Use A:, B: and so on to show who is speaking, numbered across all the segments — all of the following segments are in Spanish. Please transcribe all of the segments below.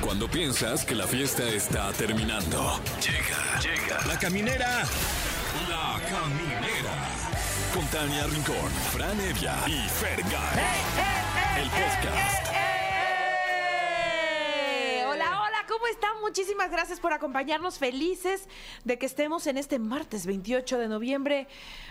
A: Cuando piensas que la fiesta está terminando. Llega, llega. La caminera. La caminera. Con Tania Rincón, Fran Evia y Fergay. El podcast.
B: ¡Eh! Hola, hola, ¿cómo están? Muchísimas gracias por acompañarnos. Felices de que estemos en este martes 28 de noviembre,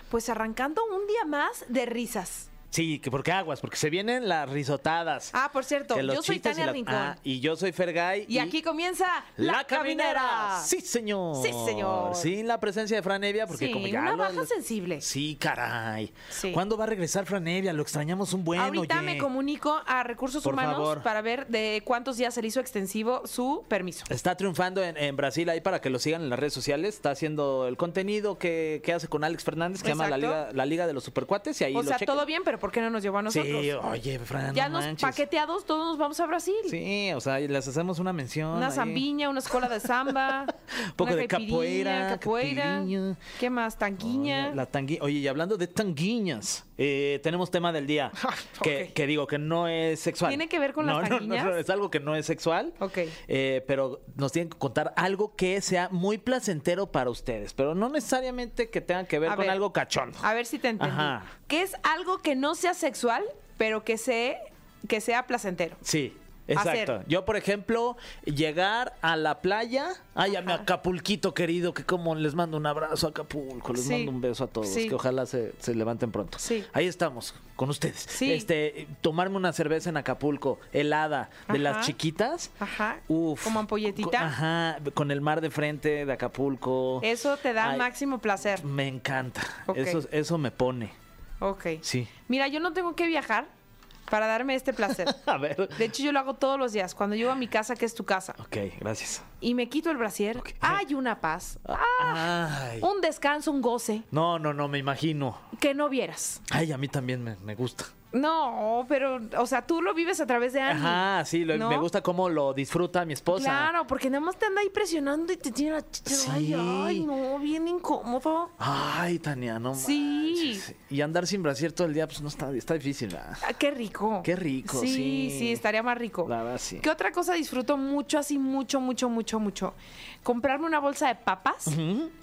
B: pues arrancando un día más de risas.
C: Sí, que porque aguas, porque se vienen las risotadas.
B: Ah, por cierto,
C: Que los
B: yo soy
C: chistes
B: Tania
C: y la-
B: Rincón.
C: Ah, y yo soy Fergay.
B: Y aquí comienza
C: La Caminera. Sí, señor.
B: Sí, señor.
C: Sin la presencia de Fran Evia, porque
B: Sí,
C: como ya
B: una
C: lo-
B: baja sensible.
C: Sí, caray.
B: Sí.
C: ¿Cuándo va a regresar Fran Evia? Lo extrañamos un buen,
B: Ahorita
C: oye.
B: me comunico a Recursos
C: Por
B: Humanos
C: favor.
B: para ver de cuántos días se le hizo extensivo su permiso.
C: Está triunfando en, en Brasil ahí para que lo sigan en las redes sociales. Está haciendo el contenido que, que hace con Alex Fernández, que llama la
B: Exacto.
C: Liga, la Liga de los Supercuates. Y ahí
B: o
C: lo
B: sea,
C: chequen.
B: todo bien, pero ¿por qué no nos llevó a nosotros?
C: Sí, oye, Fran,
B: ya
C: no
B: nos
C: manches.
B: paqueteados, todos nos vamos a Brasil.
C: Sí, o sea, y les hacemos una mención.
B: Una
C: ahí.
B: zambiña, una escuela de samba,
C: Un poco
B: una
C: de
B: caipirinha,
C: capoeira,
B: capoeira,
C: caipiriña.
B: ¿qué más? Tanquiña.
C: Oye, la tangui- Oye, y hablando de tanguiñas, eh, tenemos tema del día. que,
B: Ah, Ok.
C: que digo que no es sexual.
B: ¿Tiene que ver con las
C: No, no, no,
B: tanguiñas?
C: No, es algo que no es sexual.
B: Ok.
C: Eh, pero nos tienen que contar algo que sea muy placentero para ustedes. Pero no necesariamente que tenga que ver
B: A
C: con
B: ver.
C: algo cachondo.
B: A ver si te entendí.
C: Ajá.
B: Que es algo que no sea sexual, pero que sea, que sea placentero.
C: Sí. Exacto.
B: Hacer.
C: Yo, por ejemplo, llegar a la playa. Ay, a mi
B: Ajá.
C: Acapulquito querido, que como les mando un abrazo a Acapulco, les
B: Sí.
C: mando un beso a todos,
B: Sí.
C: que ojalá se, se levanten pronto.
B: Sí.
C: Ahí estamos, con ustedes.
B: Sí.
C: Este, tomarme una cerveza en Acapulco, helada, de
B: Ajá.
C: las chiquitas.
B: Ajá.
C: Uf.
B: Como ampolletita.
C: Co- Ajá, con el mar de frente de Acapulco.
B: Eso te da
C: Ay, Mm.
B: máximo placer.
C: Me encanta.
B: Ok.
C: Eso, eso me pone.
B: Ok.
C: Sí.
B: Mira, yo no tengo que viajar para darme este placer.
C: A ver.
B: De hecho, yo lo hago todos los días. Cuando llego a mi casa, que es tu casa,
C: Ok, gracias.
B: y me quito el brasier,
C: Ok. Ah,
B: hay una paz,
C: Ay.
B: Ah, un descanso, un goce
C: No, no, no, me imagino.
B: que no vieras.
C: Ay, a mí también me, me gusta.
B: No, pero, o sea, tú lo vives a través de Annie.
C: Ajá, sí, lo-
B: ¿no?
C: me gusta cómo lo disfruta mi esposa.
B: Claro, porque nada más te anda ahí presionando y te tiene la chicha. Ay,
C: Sí.
B: ay, no, bien incómodo.
C: Ay, Tania, no
B: Sí.
C: manches. Y andar sin brasier todo el día, pues no está, está difícil, ¿verdad?
B: Ah, qué rico.
C: Qué rico,
B: Sí,
C: sí.
B: sí, estaría más rico.
C: La verdad, sí.
B: ¿Qué otra cosa disfruto mucho, así mucho, mucho, mucho, mucho? Comprarme una bolsa de papas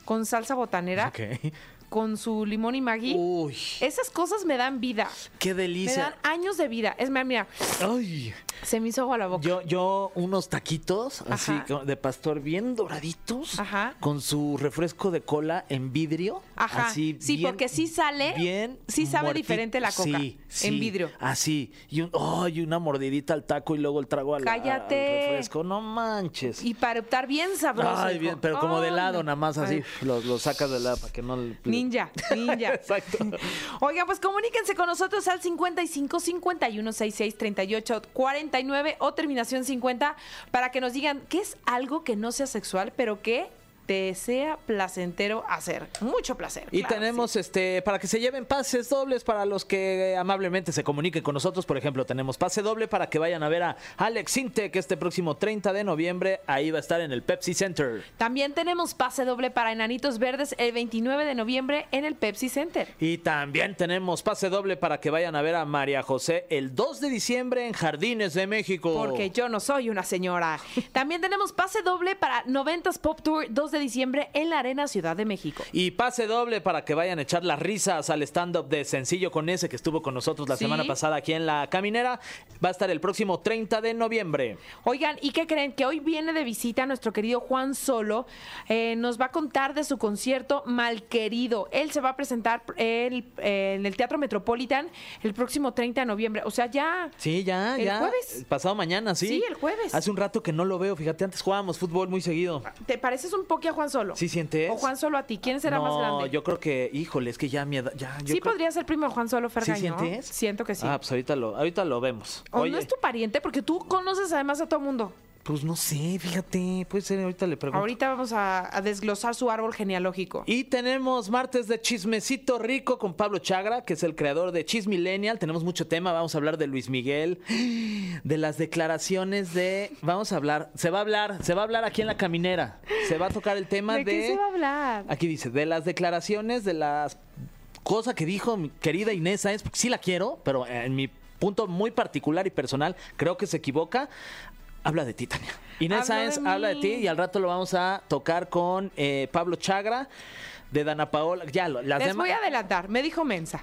B: con salsa botanera,
C: Ok. Uh.
B: con su limón y maggi.
C: Uy,
B: Esas cosas me dan vida.
C: qué
B: Me dan
C: delicia.
B: años de vida. Es más, mira,
C: Ay,
B: se me hizo agua la boca.
C: yo, yo unos taquitos así
B: Ajá.
C: como de pastor bien doraditos,
B: Ajá.
C: con su refresco de cola en vidrio,
B: Ajá.
C: así
B: sí,
C: bien-
B: porque sí sale.
C: bien
B: Sí sabe
C: muertito.
B: diferente la coca.
C: Sí, sí,
B: En vidrio.
C: Así. Y, un, oh, y una mordidita al taco y luego el trago al,
B: Cállate.
C: al refresco. No manches.
B: Y para optar bien sabroso.
C: Ay,
B: hijo.
C: bien, pero como de
B: Ay,
C: lado,
B: no.
C: nada más así.
B: Ay,
C: Lo, lo sacas de lado para que no. le-
B: Ninja, ninja.
C: Exacto.
B: Oigan, pues comuníquense con nosotros al 55 51 66 38 49 o terminación 50 para que nos digan qué es algo que no sea sexual, pero que te sea placentero hacer. Mucho placer.
C: Y
B: claro,
C: tenemos,
B: sí.
C: este, para que se lleven pases dobles para los que eh, amablemente se comuniquen con nosotros. Por ejemplo, tenemos pase doble para que vayan a ver a Alex Intec este próximo 30 de noviembre. Ahí va a estar en el Pepsi Center.
B: También tenemos pase doble para Enanitos Verdes el 29 de noviembre en el Pepsi Center.
C: Y también tenemos pase doble para que vayan a ver a María José el 2 de diciembre en Jardines de México.
B: Porque yo no soy una señora. También tenemos pase doble para 90s Pop Tour 2 de diciembre en la Arena Ciudad de México.
C: Y pase doble para que vayan a echar las risas al stand-up de Sencillo con ese que estuvo con nosotros la
B: Sí.
C: semana pasada aquí en La Caminera. Va a estar el próximo 30 de noviembre.
B: Oigan, ¿y qué creen? Que hoy viene de visita nuestro querido Juan Solo. Eh, nos va a contar de su concierto Malquerido. Él se va a presentar el- eh, en el Teatro Metropolitan el próximo 30 de noviembre. O sea, ya.
C: Sí, ya,
B: ¿El
C: ya. Eh,
B: jueves?
C: Pasado mañana, sí.
B: Sí, el jueves.
C: Hace un rato que no lo veo, fíjate, antes jugábamos fútbol muy seguido.
B: ¿Te pareces un poco a Juan Solo?
C: ¿Sí sientes?
B: ¿O Juan Solo a ti? ¿Quién será
C: no,
B: más grande?
C: yo creo que, híjole, es que ya mi edad, ya, yo
B: sí,
C: creo-
B: podría ser primo de Juan Solo
C: ¿Sí
B: Fergaño.
C: sientes?
B: Siento que sí.
C: Ah, pues ahorita lo, ahorita lo vemos.
B: o no es tu pariente, porque tú conoces además a todo mundo.
C: pues no sé, fíjate, puede ser, ahorita le pregunto.
B: Ahorita vamos a, a desglosar su árbol genealógico.
C: Y tenemos martes de chismecito rico con Pablo Chagra, que es el creador de Chis Millennial. Tenemos mucho tema, vamos a hablar de Luis Miguel, de las declaraciones de, vamos a hablar, se va a hablar, se va a hablar aquí en la caminera. Se va a tocar el tema de,
B: ¿De qué se va a hablar?
C: aquí dice, de las declaraciones de las cosa que dijo mi querida Inés Sáenz, porque sí la quiero, pero en mi punto muy particular y personal creo que se equivoca. habla de ti, Tania. Inés
B: Habla
C: Sáenz
B: de
C: habla de
B: mí.
C: ti y al rato lo vamos a tocar con eh, Pablo Chagra, de Dana Paola. Ya, lo- las
B: Les
C: demás.
B: voy a adelantar. Me dijo Mensa.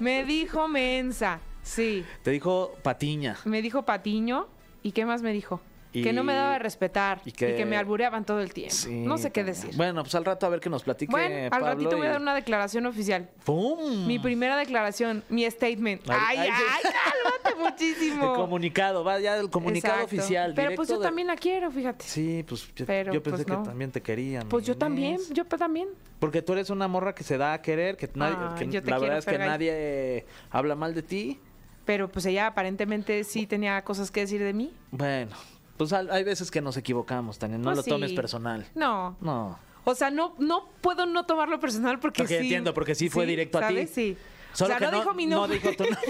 B: me dijo Mensa. Sí.
C: Te dijo Patiña.
B: Me dijo Patiño. ¿Y qué más me dijo?
C: Y-
B: Que no me daba de respetar
C: y
B: y
C: que-
B: que, me albureaban todo el tiempo.
C: Sí,
B: no sé qué
C: Tania.
B: decir. Bueno,
C: Bueno, pues al rato a ver que nos platique.
B: al
C: Pablo
B: ratito voy a
C: y-
B: dar una declaración oficial.
C: ¡Pum!
B: Mi primera declaración, mi statement.
C: Ay,
B: Ay,
C: ay,
B: ay,
C: sí.
B: cálmate
C: El
B: muchísimo.
C: comunicado, va ya el comunicado
B: Exacto.
C: oficial.
B: Pero pues
C: directo
B: yo
C: de-
B: también la quiero, fíjate.
C: Sí, pues yo,
B: Pero,
C: yo pensé
B: pues, no.
C: que también te querían.
B: Pues yo
C: Inés.
B: también, yo pa- también.
C: Porque tú eres una morra que se da a querer, que, nadie,
B: Ay,
C: que
B: yo te
C: la
B: quiero,
C: verdad es que
B: Fergay.
C: nadie eh, habla mal de ti.
B: Pero pues ella aparentemente sí tenía cosas que decir de mí.
C: Bueno, pues al- hay veces que nos equivocamos, Tania. No
B: Pues,
C: lo tomes
B: sí.
C: personal.
B: No.
C: No.
B: O sea, no, no puedo no tomarlo personal porque
C: Porque
B: sí.
C: entiendo, porque sí fue directo a ti.
B: ¿sabes? Sí.
C: Solo
B: o sea,
C: que
B: no, dijo mi
C: no
B: nombre.
C: dijo tu nombre.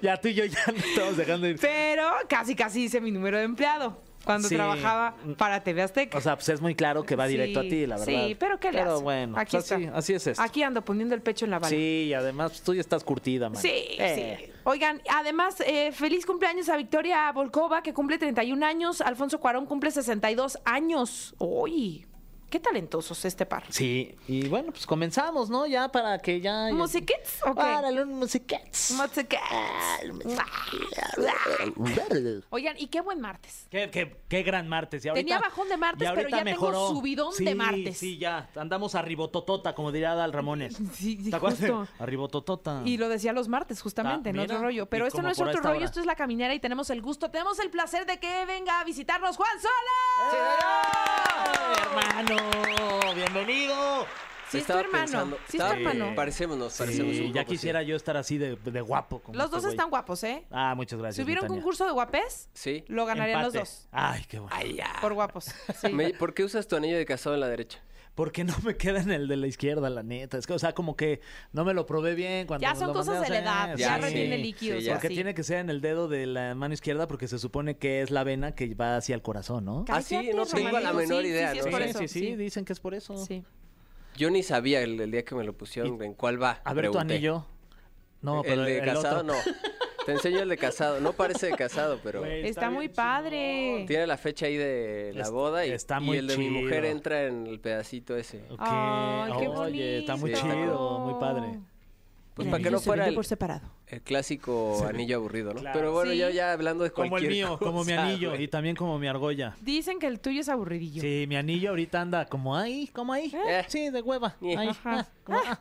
C: ya tú y yo ya nos estamos dejando ir.
B: Pero casi, casi hice mi número de empleado cuando
C: Sí.
B: trabajaba para TV Azteca.
C: O sea, pues es muy claro que va directo a
B: Sí,
C: ti, la verdad.
B: Sí, pero qué le
C: Pero
B: hace?
C: bueno,
B: Aquí
C: pues así,
B: está.
C: así es esto.
B: Aquí ando poniendo el pecho en la bala.
C: Sí, y además pues, tú ya estás curtida, man.
B: Sí,
C: Eh.
B: sí. Oigan, además, eh, feliz cumpleaños a Victoria Volkova, que cumple 31 años. Alfonso Cuarón cumple 62 años. ¡Uy! ¡Qué talentosos este par!
C: Sí, y bueno, pues comenzamos, ¿no? Ya para que ya...
B: ¿Musiquets o qué?
C: Árale, un musiquets.
B: Motseca- Oigan, y qué buen martes.
C: Qué, qué- qué gran martes. Y ahorita,
B: Tenía bajón de martes,
C: y ahorita
B: pero ya tengo
C: mejoró.
B: subidón
C: Sí,
B: de martes.
C: Sí, ya. Andamos arribototota, como diría Dal Ramones.
B: Sí, sí,
C: ¿Te acuerdas?
B: justo.
C: Arribototota.
B: Y lo decía los martes, justamente,
C: Ah,
B: en
C: mira.
B: otro rollo. Pero
C: Y
B: esto
C: como
B: no es
C: por
B: otro
C: esta
B: rollo,
C: hora.
B: esto es la caminera y tenemos el gusto, tenemos el placer de que venga a visitarnos Juan Sola.
C: ¡Ay, hermano! ¡Bienvenido!
B: Sí, es tu
D: Estaba
B: hermano.
D: pensando-
B: sí, es tu
D: estaba-
B: hermano.
D: Parecemos, nos Pues parecemos
C: Sí,
D: un
C: ya
D: poco,
C: quisiera yo estar así de, de guapo. como
B: Los
C: este
B: dos
C: güey.
B: están guapos, ¿eh?
C: Ah, muchas gracias.
B: Si hubiera un
C: mi Tania.
B: concurso de guapés,
D: Sí.
B: lo ganarían
C: Empate.
B: los dos.
C: Ay, qué bueno.
B: Por guapos. sí.
D: Me- ¿Por qué usas tu anillo de casado en la derecha?
C: ¿Por qué no me queda en el de la izquierda, la neta? Es que, o sea, como que no me lo probé bien cuando
B: Ya
C: nos
B: son
C: lo
B: cosas
C: mandé
B: de
C: a
B: la edad,
C: hacer.
D: ¿eh? ya retiene
B: líquidos,
D: sí, ya.
C: Porque
B: sí.
C: tiene que ser en el dedo de la mano izquierda porque se supone que es la vena que va hacia el corazón, ¿no?
D: Ah, sí, no tengo
B: Romanito.
D: la menor
B: Sí,
D: idea,
B: Sí, sí, es
D: ¿no?
B: por
C: sí,
B: eso.
C: sí, sí, dicen que es por eso.
B: Sí.
D: Yo ni sabía el, el día que me lo pusieron en cuál va.
C: A ver tu
D: pregunté.
C: anillo. No, pero
D: el de casado
C: otro.
D: no. Te enseño el de casado. No parece de casado, pero
C: Güey,
B: Está,
C: bien
B: muy
C: chingón.
B: padre.
D: tiene la fecha ahí de la
C: Es-
D: boda y,
C: está
D: y
C: muy
D: el de mi
C: chido.
D: mujer entra en el pedacito ese.
C: Ok.
B: Ay, qué
C: Oye, está muy
D: bonito.
C: chido, muy padre.
D: Pues
B: El
D: para que
B: anillo
D: no
B: se
D: fuera
B: vende
D: el,
B: por separado.
D: el clásico anillo aburrido, ¿no?
C: Claro.
D: Pero bueno,
B: Sí.
D: yo ya hablando de
C: Como
D: cualquier
C: el mío, como mi
D: cosa,
C: anillo
D: güey.
C: y también como mi argolla.
B: Dicen que el tuyo es aburridillo.
C: Sí, mi anillo ahorita anda como ahí, como ahí.
D: Eh.
C: Sí, de hueva.
D: Eh.
C: Ahí,
B: Ajá.
C: ah, como, ah.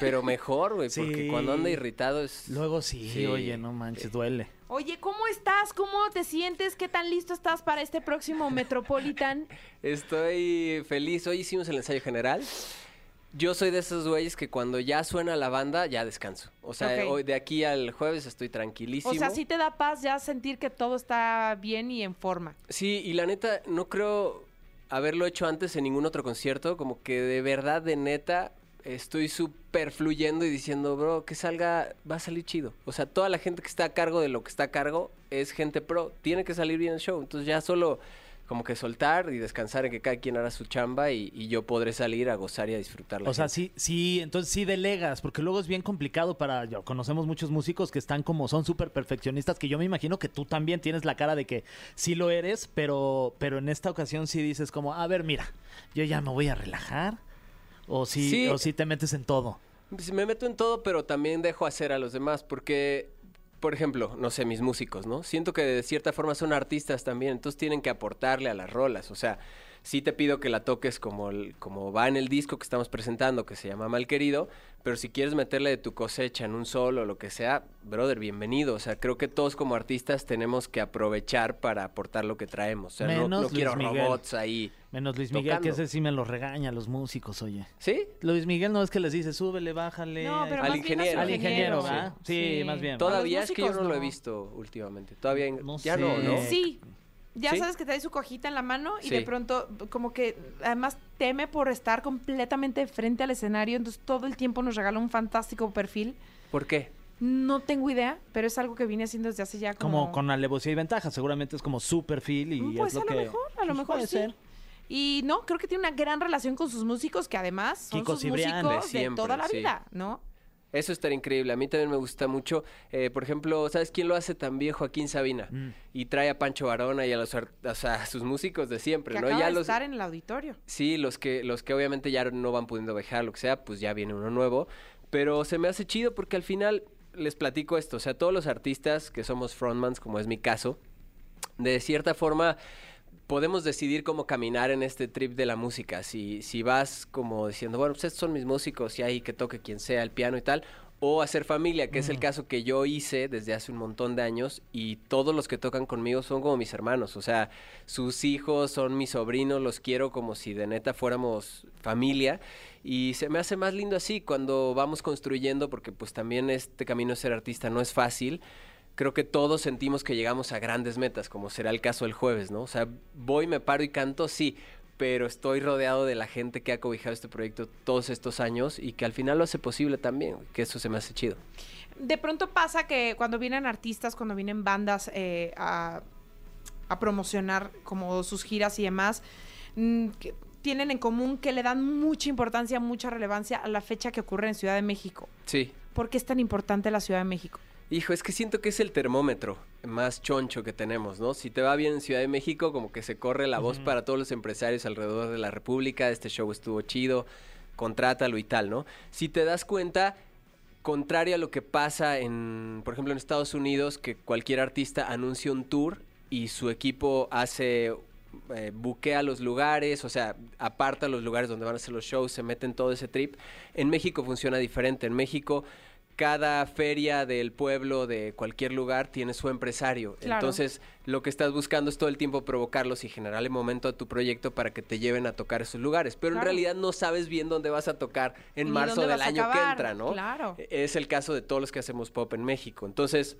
D: Pero mejor, güey, porque
C: Sí.
D: cuando anda irritado es...
C: Luego sí,
D: Sí.
C: oye, no manches, duele.
B: Oye, ¿cómo estás? ¿Cómo te sientes? ¿Qué tan listo estás para este próximo Metropolitan?
D: Estoy feliz. Hoy hicimos el ensayo general. Yo soy de esos güeyes que cuando ya suena la banda, ya descanso. O sea,
B: Ok.
D: hoy de aquí al jueves estoy tranquilísimo.
B: O sea, sí te da paz ya sentir que todo está bien y en forma.
D: Sí, y la neta, no creo haberlo hecho antes en ningún otro concierto. Como que de verdad, de neta, estoy súper fluyendo y diciendo, bro, que salga, va a salir chido. O sea, toda la gente que está a cargo de lo que está a cargo es gente pro. Tiene que salir bien el show. Entonces ya solo como que soltar y descansar en que cada quien hará su chamba y, y yo podré salir a gozar y a disfrutar la
C: O sea, sí,
D: gente.
C: sí, entonces sí delegas, porque luego es bien complicado para. Yo, conocemos muchos músicos que están como, son súper perfeccionistas, que yo me imagino que tú también tienes la cara de que sí lo eres, pero, pero en esta ocasión sí dices como, a ver, mira, yo ya me voy a relajar. O sí,
D: Sí.
C: o sí te metes en todo.
D: Pues, Me meto en todo, pero también dejo hacer a los demás, porque, por ejemplo, no sé, mis músicos, ¿no? Siento que de cierta forma son artistas también, entonces tienen que aportarle a las rolas, o sea, sí te pido que la toques como, el- como va en el disco que estamos presentando, que se llama Mal Querido, pero si quieres meterle de tu cosecha en un solo, lo que sea, brother, bienvenido, o sea, creo que todos como artistas tenemos que aprovechar para aportar lo que traemos, o sea, no-
C: Menos
D: no,
C: Luis
D: quiero
C: Miguel.
D: robots ahí.
C: Menos Luis Miguel,
D: Tocando.
C: que ese sí me lo regaña a los músicos, oye.
D: ¿Sí?
C: Luis Miguel no es que les dice, súbele, bájale.
B: No, pero
D: Al
B: más bien
D: ingeniero.
B: a
C: al
B: su
C: ingeniero,
B: ingeniero.
C: ¿verdad? Sí, más bien.
B: Toda-
D: Todavía
B: los
D: es que yo no,
B: músicos
D: lo he
B: no.
D: visto últimamente. Todavía en-
C: No
D: ya no,
C: sé.
D: ¿no?
B: Sí. Ya
D: ¿Sí?
B: sabes que trae su cojita en la mano y
D: Sí.
B: de pronto como que además teme por estar completamente frente al escenario, entonces todo el tiempo nos regala un fantástico perfil.
D: ¿Por qué?
B: No tengo idea, pero es algo que vine haciendo desde hace ya como...
C: Como con alevosía y ventaja, seguramente es como su perfil y
B: pues
C: es lo
B: a
C: que.
B: lo mejor, a lo
C: Pues
B: mejor
C: puede
B: sí.
C: ser.
B: Y no, creo que tiene una gran relación con sus músicos que además son
C: Kiko
B: sus
C: Cibrián, de
B: músicos de,
D: siempre,
B: toda la
D: sí.
B: vida, ¿no?
D: Eso estaría increíble. A mí también me gusta mucho. Eh, por ejemplo, ¿sabes quién lo hace también? Joaquín Sabina.
C: Mm.
B: Mm.
D: Y trae a Pancho Varona y a los ar- o sea, a sus músicos de siempre,
B: Que
D: ¿no?
B: acaba
D: ya
B: de
D: los,
B: estar en el auditorio.
D: Sí, los que, los que obviamente ya no van pudiendo viajar, lo que sea, pues ya viene uno nuevo. Pero se me hace chido porque al final les platico esto. O sea, todos los artistas que somos frontmans, como es mi caso, de cierta forma podemos decidir cómo caminar en este trip de la música. Si, si vas como diciendo, bueno, pues estos son mis músicos y ahí que toque quien sea el piano y tal. O hacer familia, que es el caso que yo hice desde hace un montón de años y todos los que tocan conmigo son como mis hermanos. O sea, sus hijos son mis sobrinos, los quiero como si de neta fuéramos familia. Y se me hace más lindo así cuando vamos construyendo, porque pues también este camino de ser artista no es fácil creo que todos sentimos que llegamos a grandes metas, como será el caso el jueves, ¿no? O sea, voy, me paro y canto, sí, pero estoy rodeado de la gente que ha cobijado este proyecto todos estos años y que al final lo hace posible también, güey, que eso se me hace chido.
B: De pronto pasa que cuando vienen artistas, cuando vienen bandas eh, a, a promocionar como sus giras y demás, mm, que tienen en común que le dan mucha importancia, mucha relevancia a la fecha que ocurre en Ciudad de México.
D: Sí.
B: ¿Por qué es tan importante la Ciudad de México?
D: Hijo, es que siento que es el termómetro más choncho que tenemos, ¿no? Si te va bien en Ciudad de México, como que se corre la voz para todos los empresarios alrededor de la República, este show estuvo chido, contrátalo y tal, ¿no? Si te das cuenta, contrario a lo que pasa en, por ejemplo, en Estados Unidos, que cualquier artista anuncia un tour y su equipo hace, eh, buquea los lugares, o sea, aparta los lugares donde van a hacer los shows, se mete en todo ese trip. En México funciona diferente. En México, cada feria del pueblo, de cualquier lugar, tiene su empresario.
B: Claro.
D: Entonces, lo que estás buscando es todo el tiempo provocarlos y generarle momento a tu proyecto para que te lleven a tocar esos lugares. Pero en
B: Claro.
D: realidad no sabes bien dónde vas a tocar en
B: Ni
D: marzo
B: dónde
D: del
B: vas a
D: año que
B: acabar,
D: entra, ¿no? Eh,
B: claro.
D: E-, Es el caso de todos los que hacemos pop en México. Entonces,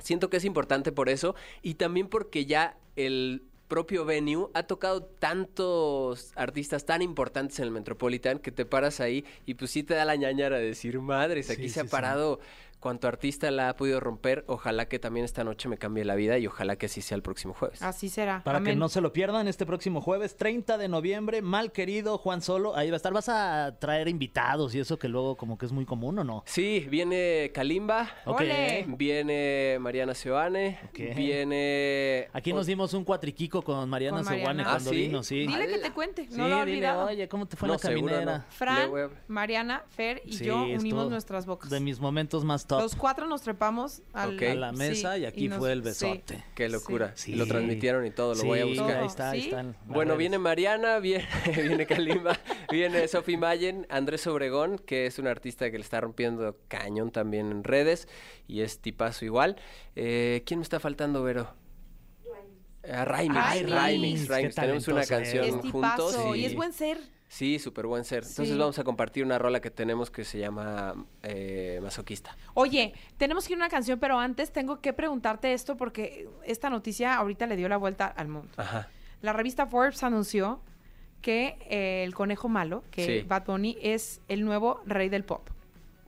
D: siento que es importante por eso y también porque ya el propio venue ha tocado tantos artistas tan importantes en el Metropolitan que te paras ahí y pues sí te da la ñañara de decir, madres, aquí
C: Sí,
D: se ha
C: sí, sí.
D: parado cuanto artista la ha podido romper. Ojalá que también esta noche me cambie la vida y ojalá que así sea el próximo jueves.
B: Así será.
C: Para que
B: Amén.
C: no se lo pierdan este próximo jueves, 30 de noviembre, mal querido Juan Solo, ahí va a estar. ¿Vas a traer invitados y eso que luego como que es muy común o no?
D: Sí, viene Kalimba,
C: Ok.
B: Ole.
D: viene Mariana Seoane,
C: Ok.
D: viene...
C: Aquí nos dimos un cuatriquico con Mariana
B: Pues Con Mariana.
C: Seguane
B: Ah,
C: cuando
D: ¿sí?
C: vino, sí.
B: Dile que
D: Ala.
B: te cuente,
C: Sí,
B: no lo ha
C: dile,
B: olvidado.
C: oye, ¿cómo te fue
D: No,
C: la
D: seguro
C: caminera?
D: no. Le
B: Fran,
D: voy a-
B: Mariana, Fer y
C: Sí,
B: yo
C: estuvo
B: unimos nuestras bocas.
C: De mis momentos más top.
B: Los cuatro nos trepamos al-
D: Ok.
C: A la mesa
B: sí,
C: y aquí
B: nos-
C: fue el
B: sí.
C: besote.
D: Qué
B: Sí.
D: locura.
C: Sí.
D: Lo transmitieron y todo, lo
C: Sí,
D: voy a buscar.
C: Ahí está, ahí
B: ¿Sí?
C: está en las
D: Bueno,
C: redes.
D: viene Mariana, viene, viene Kalimba, viene Sophie Mayen, Andrés Obregón, que es un artista que le está rompiendo cañón también en redes y es tipazo igual. Eh, ¿Quién me está faltando, Vero? Ah, Raimix,
B: Ay,
D: Raimix, Raimix,
C: Raimix, qué
D: Tenemos una
C: talentoso es.
D: canción
B: Es
D: juntos.
B: tipazo y es buen ser.
D: Sí, súper buen ser. Entonces
B: Sí.
D: vamos a compartir una rola que tenemos que se llama eh, Masoquista.
B: Oye, tenemos que ir a una canción, pero antes tengo que preguntarte esto porque esta noticia ahorita le dio la vuelta al mundo.
D: Ajá.
B: La revista Forbes anunció que eh, el conejo malo, que
D: Sí.
B: Bad Bunny, es el nuevo rey del pop.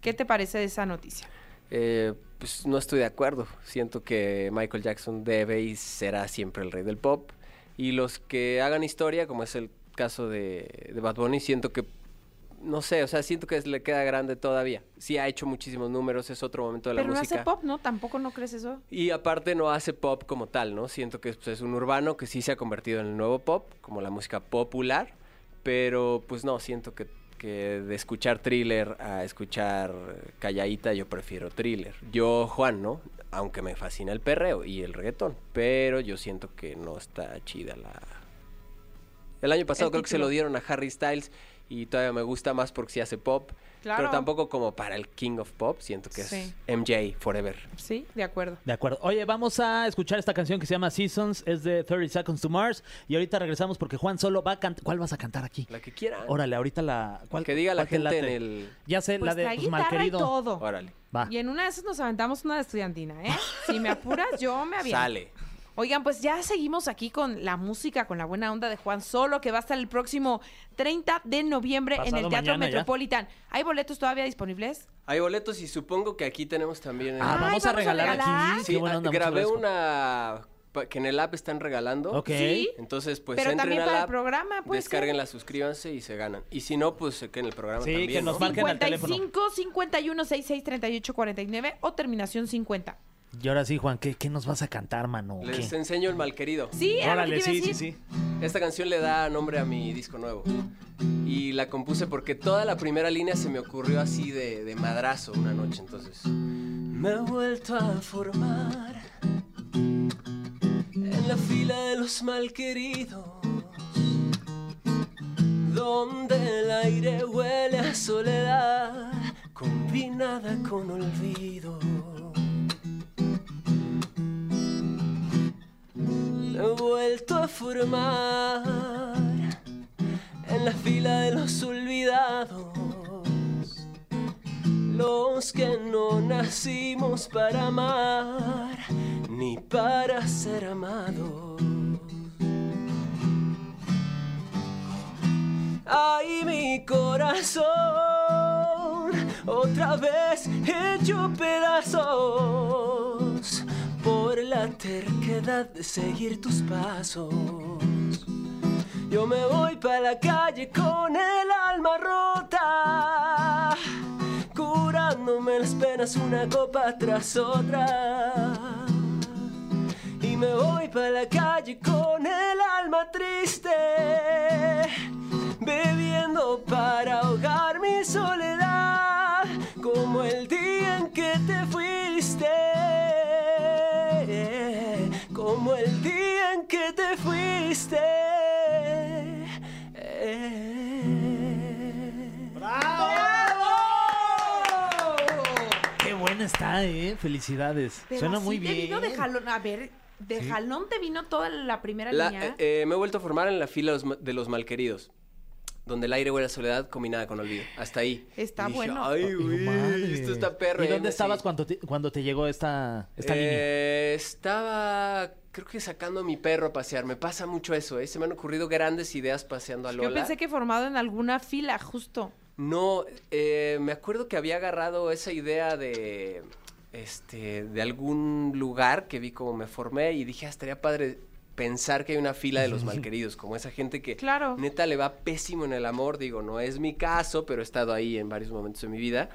B: ¿Qué te parece de esa noticia?
D: Eh, pues no estoy de acuerdo. Siento que Michael Jackson debe y será siempre el rey del pop. Y los que hagan historia, como es el caso de, de Bad Bunny, siento que, no sé, o sea, siento que es- le queda grande todavía. Sí ha hecho muchísimos números, es otro momento de
B: Pero
D: la
B: no
D: música.
B: hace pop, ¿no? Tampoco no crees eso.
D: Y aparte no hace pop como tal, ¿no? Siento que pues, es un urbano que sí se ha convertido en el nuevo pop, como la música popular, pero pues no, siento que, que de escuchar thriller a escuchar eh, calladita yo prefiero thriller. Yo, Juan, ¿no? Aunque me fascina el perreo y el reggaetón, pero yo siento que no está chida la... El año pasado
B: El
D: creo que se
B: título.
D: lo dieron a Harry Styles y todavía me gusta más porque sí hace pop,
B: Claro.
D: pero tampoco como para el King of Pop, siento que
B: Sí.
D: es MJ Forever.
B: Sí, de acuerdo.
C: De acuerdo. Oye, vamos a escuchar esta canción que se llama Seasons, es de 30 Seconds to Mars. Y ahorita regresamos porque Juan Solo va a cantar. ¿Cuál vas a cantar aquí?
D: La que quieran.
C: Órale, ahorita la. ¿cuál-
D: que diga la
C: cuál te
D: gente en
C: late?
D: el.
C: Ya sé,
B: Pues
C: la de
B: trae
C: pues, mal
B: guitarra y
C: querido.
B: todo.
D: Órale.
C: Va.
B: Y en una de esas nos aventamos una de estudiantina, ¿eh? Si me apuras, yo me aviento.
D: Sale.
B: Oigan, pues ya seguimos aquí con la música, con la buena onda de Juan Solo, que va a estar el próximo 30 de noviembre en
C: Pasado
B: el Teatro
C: mañana ya.
B: Metropolitan. ¿Hay boletos todavía disponibles?
D: Hay boletos y supongo que aquí tenemos también. eh,
C: Ah,
B: Ay,
C: vamos, a
B: vamos a
C: regalar
B: regalar.
C: aquí.
D: sí,
C: Qué buena
D: ah,
C: onda, muchas
D: grabé
C: gracias.
D: una pa- que en el app están regalando.
C: Ok.
B: Sí.
D: Entonces, pues
B: Pero
D: entren
B: también
D: al
B: para el
D: app,
B: programa, puede ser.
D: descárguenla, suscríbanse y se ganan. Y si no, pues se queden en el programa
C: Sí,
D: también,
C: que nos
D: ¿no?
C: marquen al teléfono.
B: 55 51 66 38 49 o terminación 50.
C: Y ahora sí, Juan, ¿qué, qué nos vas a cantar, mano? ¿Qué?
D: Les enseño el malquerido.
B: Sí, era lo que
C: Órale,
B: te
C: sí,
B: iba a
C: sí,
B: decir.
C: sí.
D: Esta canción le da nombre a mi disco nuevo. Y la compuse porque toda la primera línea se me ocurrió así de, de madrazo una noche, entonces. Me he vuelto a formar en la fila de los malqueridos, donde el aire huele a soledad combinada con olvido. Me he vuelto a formar en la fila de los olvidados, los que no nacimos para amar ni para ser amados. Ay, mi corazón, otra vez hecho pedazos por la terquedad de seguir tus pasos. Yo me voy para la calle con el alma rota, curándome las penas una copa tras otra. Y me voy para la calle con el alma triste, bebiendo para ahogar mi soledad, como el día en que te fuiste, como el día en que te fuiste.
C: Qué buena está, ¿eh? Felicidades.
B: Pero
C: Suena
B: así
C: muy
B: te
C: bien.
B: vino de jalón. A ver, de jalón te vino toda la primera
D: La-
B: línea.
D: eh, eh, me he vuelto a formar en la fila de los ma- de los malqueridos, donde el aire huele a soledad combinada con olvido. Hasta ahí.
B: Está
D: Y dije,
B: bueno.
D: Ay,
C: Hijo
D: güey,
C: madre.
D: esto está perro.
C: ¿Y
D: ahí
C: dónde
D: me
C: estabas
D: seguí.
C: cuando te, cuando te llegó esta, esta línea?
D: Eh, Estaba, creo que sacando a mi perro a pasear. Me pasa mucho eso, ¿eh? Se me han ocurrido grandes ideas paseando a eh, Lola.
B: Yo pensé que formado en alguna fila, justo.
D: No, eh, me acuerdo que había agarrado esa idea de, este, de algún lugar que vi como me formé y dije, ah, estaría padre pensar que hay una fila de los malqueridos, como esa gente que
B: Claro.
D: neta le va pésimo en el amor, digo, no es mi caso, pero he estado ahí en varios momentos de mi vida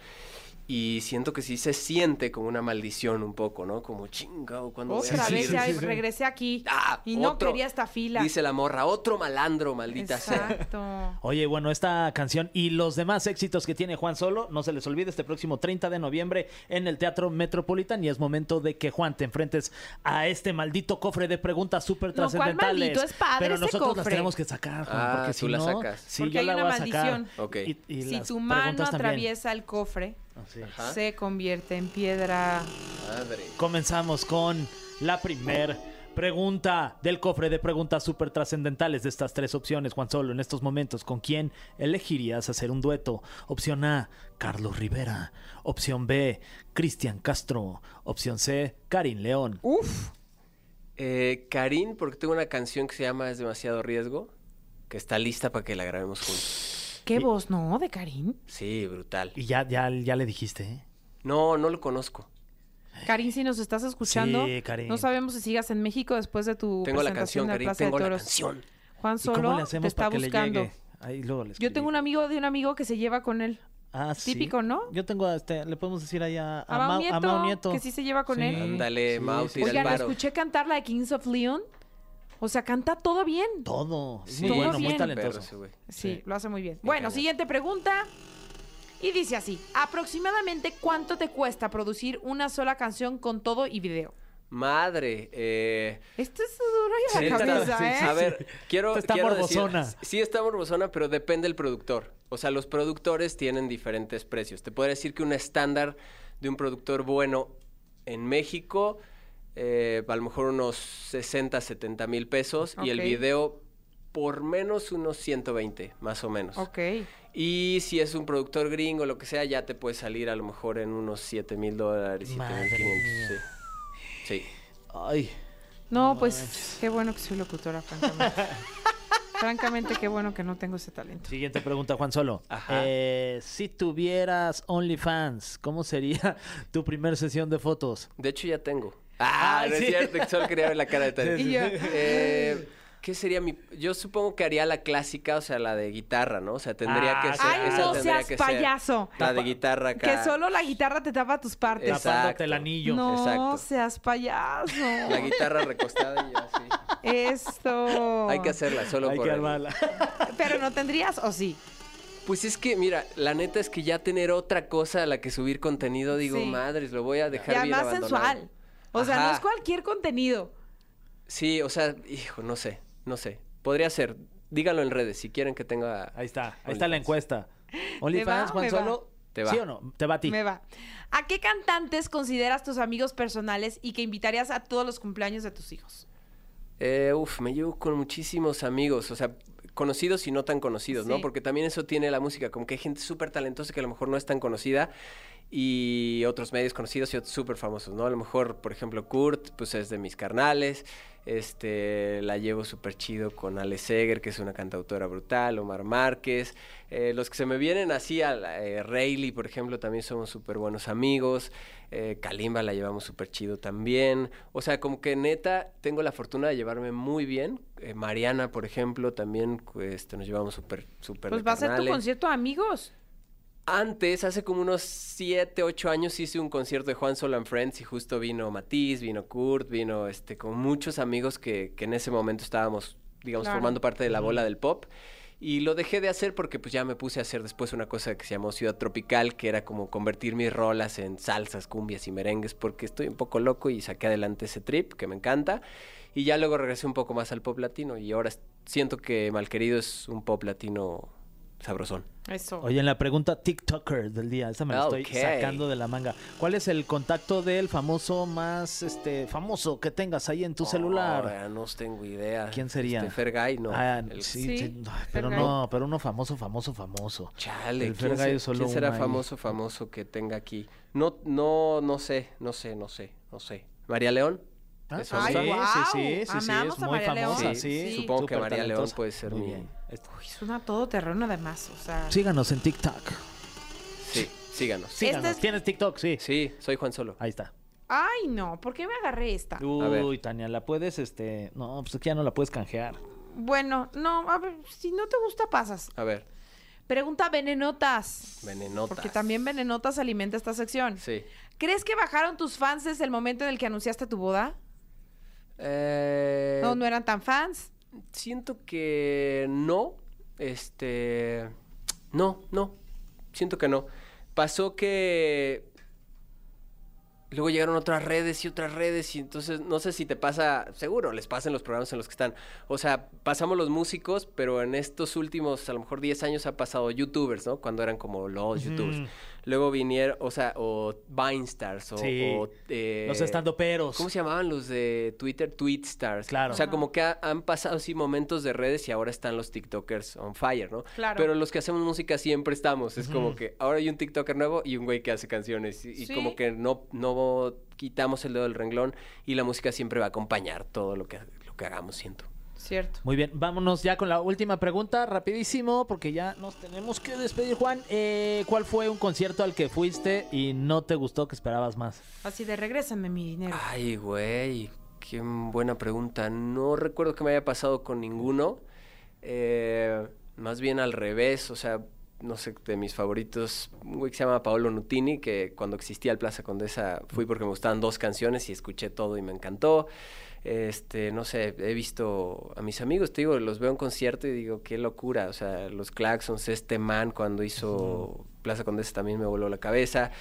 D: y siento que sí se siente como una maldición un poco, ¿no? Como chingado cuando
B: Otra vez ya
C: sí, sí.
B: regresé aquí
D: Ah,
B: y no
D: otro,
B: quería esta fila.
D: Dice la morra, otro malandro, maldita sea.
B: Exacto.
C: Oye, bueno, esta canción y los demás éxitos que tiene Juan Solo, no se les olvide este próximo 30 de noviembre en el Teatro Metropolitan y es momento de que Juan te enfrentes a este maldito cofre de preguntas súper
B: No, ¿cuál
C: trascendentales.
B: maldito? Es padre
C: Pero
B: ese
C: nosotros las
B: cofre.
C: tenemos que sacar, Juan,
D: Ah,
C: porque
D: tú
C: si
D: la
C: no,
D: sacas.
C: sí,
B: Porque
C: yo
B: hay
C: la
B: una
C: voy a sacar.
B: maldición.
D: Ok.
C: Y- y
B: si
C: las
B: tu mano
C: preguntas también. Ah,
B: atraviesa el cofre,
C: Así.
D: Ajá.
B: se convierte en piedra.
D: Madre.
C: Comenzamos con la primer pregunta del cofre de preguntas súper trascendentales de estas tres opciones, Juan Solo. En estos momentos, ¿con quién elegirías hacer un dueto? Opción A, Carlos Rivera. Opción B, Cristian Castro. Opción C, Karin León.
B: Uf.
D: Eh, Karin, porque tengo una canción que se llama Es demasiado riesgo, que está lista para que la grabemos juntos.
B: ¿Qué voz, no? ¿De Karim?
D: Sí, brutal.
C: Y ya, ya, ya le dijiste, ¿eh?
D: No, no lo conozco.
B: Karim, si nos estás escuchando,
C: Sí, Karin.
B: no sabemos si sigas en México después de tu
D: Tengo la
B: Uh, presentación
D: canción,
B: en la
D: Karin,
B: Plaza de
D: tengo la
B: Toros.
D: canción.
B: Juan
C: ¿Y cómo le
B: Solo te
C: hacemos
B: está
C: para que le
B: buscando.
C: llegue? Ahí luego le
B: Yo tengo un
C: escribí.
B: amigo de un amigo que se lleva con él.
C: Ah, sí.
B: típico, ¿no?
C: Yo tengo a este, le podemos decir ahí a,
B: A Mau
C: Mau-
B: Nieto,
C: Mau Nieto.
B: que sí se lleva con él.
D: Ándale, Mau, tira el
B: Oigan,
D: varo.
B: escuché cantar la de Kings of Leon. O sea, canta todo bien.
C: Todo. Es
D: Sí,
C: muy
B: todo
C: bueno, muy
B: bien.
C: talentoso.
D: Perro ese güey.
B: Sí,
C: Sí.
B: lo hace muy bien. bueno,
D: cañón.
B: siguiente pregunta. Y dice así, aproximadamente cuánto te cuesta producir una sola canción con todo y video.
D: Madre. eh,
B: Esto es duro y a la
D: neta,
B: cabeza, ¿eh?
D: A ver, quiero.
C: Esta está
D: quiero
C: morbosona.
D: decir- sí, está morbosona, pero depende del productor. O sea, los productores tienen diferentes precios. Te puedo decir que un estándar de un productor bueno en México, eh, a lo mejor unos 60, 70 mil pesos. Y el
B: Ok.
D: video, por menos unos 120, más o menos.
B: Ok.
D: Y si es un productor gringo, lo que sea, ya te puede salir a lo mejor en unos 7 mil dólares, 7
C: Madre
D: mil 500.
C: mía.
D: Sí. sí.
C: Ay.
B: No, pues qué bueno que soy locutora, francamente. francamente, qué bueno que no tengo ese talento.
C: Siguiente pregunta, Juan Solo.
D: Ajá.
C: Eh, si tuvieras OnlyFans, ¿cómo sería tu primer sesión de fotos?
D: De hecho, ya tengo. Ah,
C: Ay,
D: no es
C: sí.
D: cierto, que solo quería ver la cara de Tania.
B: Sí, sí, Y yo.
D: Eh, ¿Qué sería mi...? Yo supongo que haría la clásica, o sea, la de guitarra, ¿no? O sea, tendría
C: Ah,
D: que ser...
C: Ay,
D: esa
C: no
D: tendría
B: seas
D: que ser
B: payaso.
D: La de guitarra acá.
B: Que solo la guitarra te tapa tus partes.
D: Exacto.
C: Tapándote el anillo.
B: No
D: Exacto.
B: seas payaso.
D: La guitarra recostada y yo así.
B: Esto.
D: Hay que hacerla solo
C: Hay
D: por
C: que
D: el-
C: armarla.
B: Pero no tendrías, o sí.
D: Pues es que, mira, la neta es que ya tener otra cosa a la que subir contenido, digo,
B: Sí.
D: madres, lo voy a dejar
B: Y
D: bien
B: además
D: abandonado.
B: sensual. O sea, no
D: Ajá.
B: es cualquier contenido.
D: Sí, o sea, hijo, no sé, no sé. Podría ser. Díganlo en redes si quieren que tenga.
C: Ahí está, ahí está
D: OnlyFans.
C: la encuesta. OnlyFans,
B: va?
C: Juan
B: ¿Me va?
C: Solo.
D: Te va.
C: ¿Sí o no? Te va a ti.
B: Me va. ¿A qué cantantes consideras tus amigos personales y que invitarías a todos los cumpleaños de tus hijos?
D: Eh, uf, me llevo con muchísimos amigos, o sea, conocidos y no tan conocidos, ¿no?
B: Sí.
D: Porque también eso tiene la música, como que hay gente súper talentosa que a lo mejor no es tan conocida y otros medios conocidos y otros súper famosos, ¿no? A lo mejor, por ejemplo, Kurt, pues es de mis carnales, este, la llevo súper chido con Ale Seger, que es una cantautora brutal, Omar Márquez, eh, los que se me vienen así, a la- eh, Rayleigh, por ejemplo, también somos súper buenos amigos, eh, Kalimba la llevamos súper chido también. O sea, como que neta, tengo la fortuna de llevarme muy bien. Eh, Mariana, por ejemplo, también este, nos llevamos súper, súper
B: pues
D: de
B: va a ser tu
D: carnales.
B: concierto de amigos.
D: Antes, hace como unos 7, 8 años, hice un concierto de Juan Solo and Friends y justo vino Matiz, vino Kurt, vino este, con muchos amigos que, que en ese momento estábamos, digamos,
B: Claro.
D: formando parte de la bola del pop. Y lo dejé de hacer porque pues ya me puse a hacer después una cosa que se llamó Ciudad Tropical, que era como convertir mis rolas en salsas, cumbias y merengues, porque estoy un poco loco y saqué adelante ese trip que me encanta. Y ya luego regresé un poco más al pop latino y ahora es- siento que Malquerido es un pop latino sabrosón.
B: Eso.
C: Oye, en la pregunta TikToker del día, esa me la estoy
D: Ok.
C: sacando de la manga. ¿Cuál es el contacto del famoso más este famoso que tengas ahí en tu celular?
D: Ah, no tengo idea.
C: ¿Quién sería?
D: Este Fergay, no.
C: Ah,
D: El-
C: sí,
B: Sí,
C: sí, no, pero
B: Fergay.
C: no, pero uno famoso, famoso, famoso.
D: Chale,
C: El
D: ¿quién,
C: Fergay
D: se-
C: es solo
D: quién será
C: uno ahí.
D: famoso, famoso que tenga aquí? No, no, no sé, no sé, no sé, no sé. ¿María León?
C: Ah,
D: Es
C: sí,
B: Ay,
D: famosa.
B: guau.
C: sí, sí, sí, sí,
B: Amamos
C: es
B: a
C: muy
B: María León.
C: famosa,
D: Sí,
C: sí.
D: supongo que
C: súper
D: María León
C: talentosa.
D: puede ser
C: Muy
D: mi-
C: bien. Este-
B: Uy, suena todo terreno además. O sea.
C: Síganos en TikTok.
D: Sí, síganos.
C: Síganos.
B: Este es-
C: ¿Tienes TikTok? Sí.
D: Sí, soy Juan Solo.
C: Ahí está.
B: Ay, no, ¿por qué me agarré esta?
D: ver.
C: Uy, Tania, la puedes, este, no, pues es que ya no la puedes canjear.
B: Bueno, no, a ver, si no te gusta, pasas.
D: A ver,
B: Pregunta venenotas.
D: Venenotas.
B: Porque también venenotas alimenta esta sección.
D: sí.
B: ¿Crees que bajaron tus fans desde el momento en el que anunciaste tu boda?
D: Eh,
B: No, no eran tan fans.
D: Siento que no. Este. No, no. Siento que no. Pasó que. Luego llegaron otras redes y otras redes y entonces no sé si te pasa, seguro les pasa en los programas en los que están. O sea, pasamos los músicos, pero en estos últimos, a lo mejor 10 años ha pasado youtubers, ¿no? Cuando eran como los youtubers. Luego vinieron, o sea, o Vine Stars o...
C: Sí.
D: o, eh,
C: Los estandoperos.
D: ¿Cómo se llamaban los de Twitter? Tweet Stars.
C: Claro.
D: O sea,
C: Ajá.
D: como que ha- han pasado así momentos de redes y ahora están los TikTokers on fire, ¿no?
B: Claro.
D: Pero los que hacemos música siempre estamos. Es como que ahora hay un TikToker nuevo y un güey que hace canciones. Y, y
B: Sí.
D: como que no, no quitamos el dedo del renglón y la música siempre va a acompañar todo lo que, lo que hagamos, siento.
B: Cierto.
C: Muy bien, vámonos ya con la última pregunta, rapidísimo, porque ya nos tenemos que despedir, Juan. Eh, ¿Cuál fue un concierto al que fuiste y no te gustó, que esperabas más?
B: Así de regrésame mi dinero.
D: Ay, güey, qué buena pregunta. No recuerdo que me haya pasado con ninguno. Eh, más bien al revés, o sea, no sé, de mis favoritos, un güey que se llama Paolo Nutini, que cuando existía el Plaza Condesa fui porque me gustaban dos canciones y escuché todo y me encantó. Este, no sé, he visto a mis amigos, te digo, los veo en concierto y digo, qué locura, o sea, los Claxons, este man cuando hizo Plaza Condesa también me voló la cabeza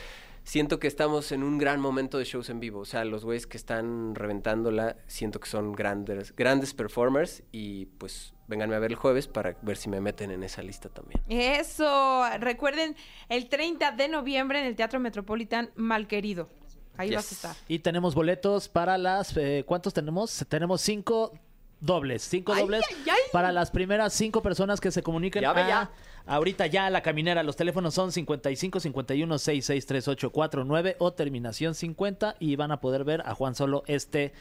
D: siento que estamos en un gran momento de shows en vivo. O sea, los güeyes que están reventándola, siento que son grandes, grandes performers. Y pues vénganme a ver el jueves para ver si me meten en esa lista también.
B: Eso. Recuerden, el 30 de noviembre en el Teatro Metropolitan Malquerido. Ahí
D: Yes.
B: vas a estar.
C: Y tenemos boletos para las... eh, ¿Cuántos tenemos? Tenemos cinco dobles, cinco
B: Ay,
C: dobles
B: ay, ay.
C: para las primeras cinco personas que se comuniquen
D: Ya ve,
C: a-
D: ya.
C: ahorita ya a la caminera. Los teléfonos son 55 51 66 38 49 o terminación 50 y van a poder ver a Juan Solo este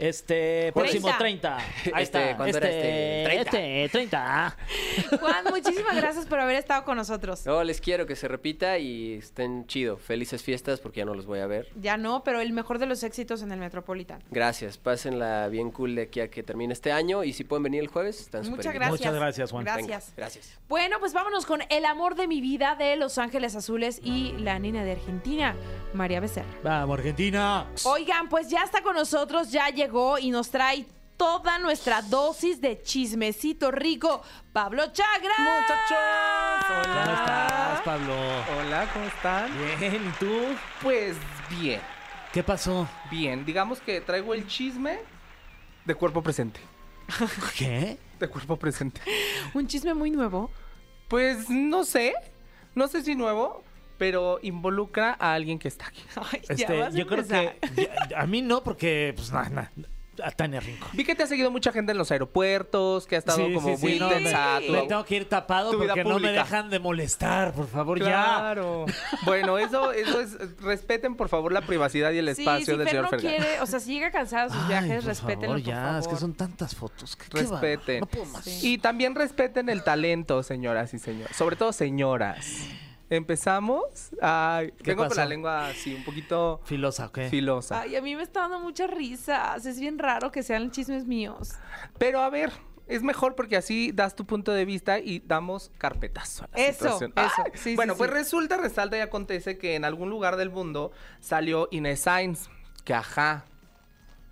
C: Este, próximo 30. Ahí
D: Este,
C: está.
D: ¿cuándo era este? 30.
C: Este, 30.
B: Juan, muchísimas gracias por haber estado con nosotros.
D: No, les quiero que se repita y estén chido. Felices fiestas porque ya no los voy a ver.
B: Ya no, pero el mejor de los éxitos en el Metropolitan.
D: Gracias, pásenla bien cool de aquí a que termine este año y si pueden venir el jueves, están súper
B: Muchas
D: bien.
B: gracias.
C: Muchas gracias, Juan.
D: Venga,
B: Gracias.
D: gracias.
B: Bueno, pues vámonos con El amor de mi vida de Los Ángeles Azules y la nena de Argentina, María Becerra.
C: Vamos, Argentina.
B: Oigan, pues ya está con nosotros, ya llegó y nos trae toda nuestra dosis de chismecito rico, Pablo Chagra.
E: Muchachos, hola.
C: ¿Cómo estás, Pablo?
E: Hola, ¿cómo están?
C: Ah. Bien, ¿y tú?
E: Pues bien,
C: ¿Qué pasó?
E: bien. Digamos que traigo el chisme de cuerpo presente.
C: ¿Qué?
E: De cuerpo presente.
B: Un chisme muy nuevo.
E: Pues no sé, no sé si nuevo, pero involucra a alguien que está aquí.
B: Ay, ya
C: Este,
B: vas a
C: yo creo
B: empezar.
C: que ya- a mí no porque pues nada, nada. A Tania Rincón.
E: Vi que te ha seguido mucha gente en los aeropuertos, que ha estado
C: Sí,
E: como
C: sí, sí,
E: muy
C: no, me-
E: intensa. tu-
C: Me tengo que ir tapado
E: tu vida
C: porque no me
E: pública.
C: dejan de molestar, por favor, ya.
E: Claro. Bueno, eso, eso es. Respeten, por favor, la privacidad y el
B: Sí,
E: espacio
B: si
E: del
B: Fer
E: señor
B: no
E: Fergay.
B: quiere, o sea, si llega cansado a sus
C: Ay,
B: viajes,
C: por favor,
B: respétenlo, por
C: ya,
B: favor.
C: es que son tantas fotos. que- qué bárbaro,
E: Respeten.
C: no puedo más.
B: Sí.
E: Y también respeten el talento, señoras y señores. Sobre todo, señoras. Empezamos. Ay, tengo con
C: pasó?
E: la lengua así un poquito
C: Filosa, ¿o qué?
E: filosa.
B: Ay, a mí me está dando muchas risas. Es bien raro que sean chismes míos.
E: Pero a ver, es mejor porque así das tu punto de vista y damos carpetazo. a la
B: Eso,
E: situación.
B: eso.
E: Ay,
B: Sí, sí,
E: bueno,
B: sí.
E: pues resulta, resalta y acontece que en algún lugar del mundo salió Inés Sainz, que ajá,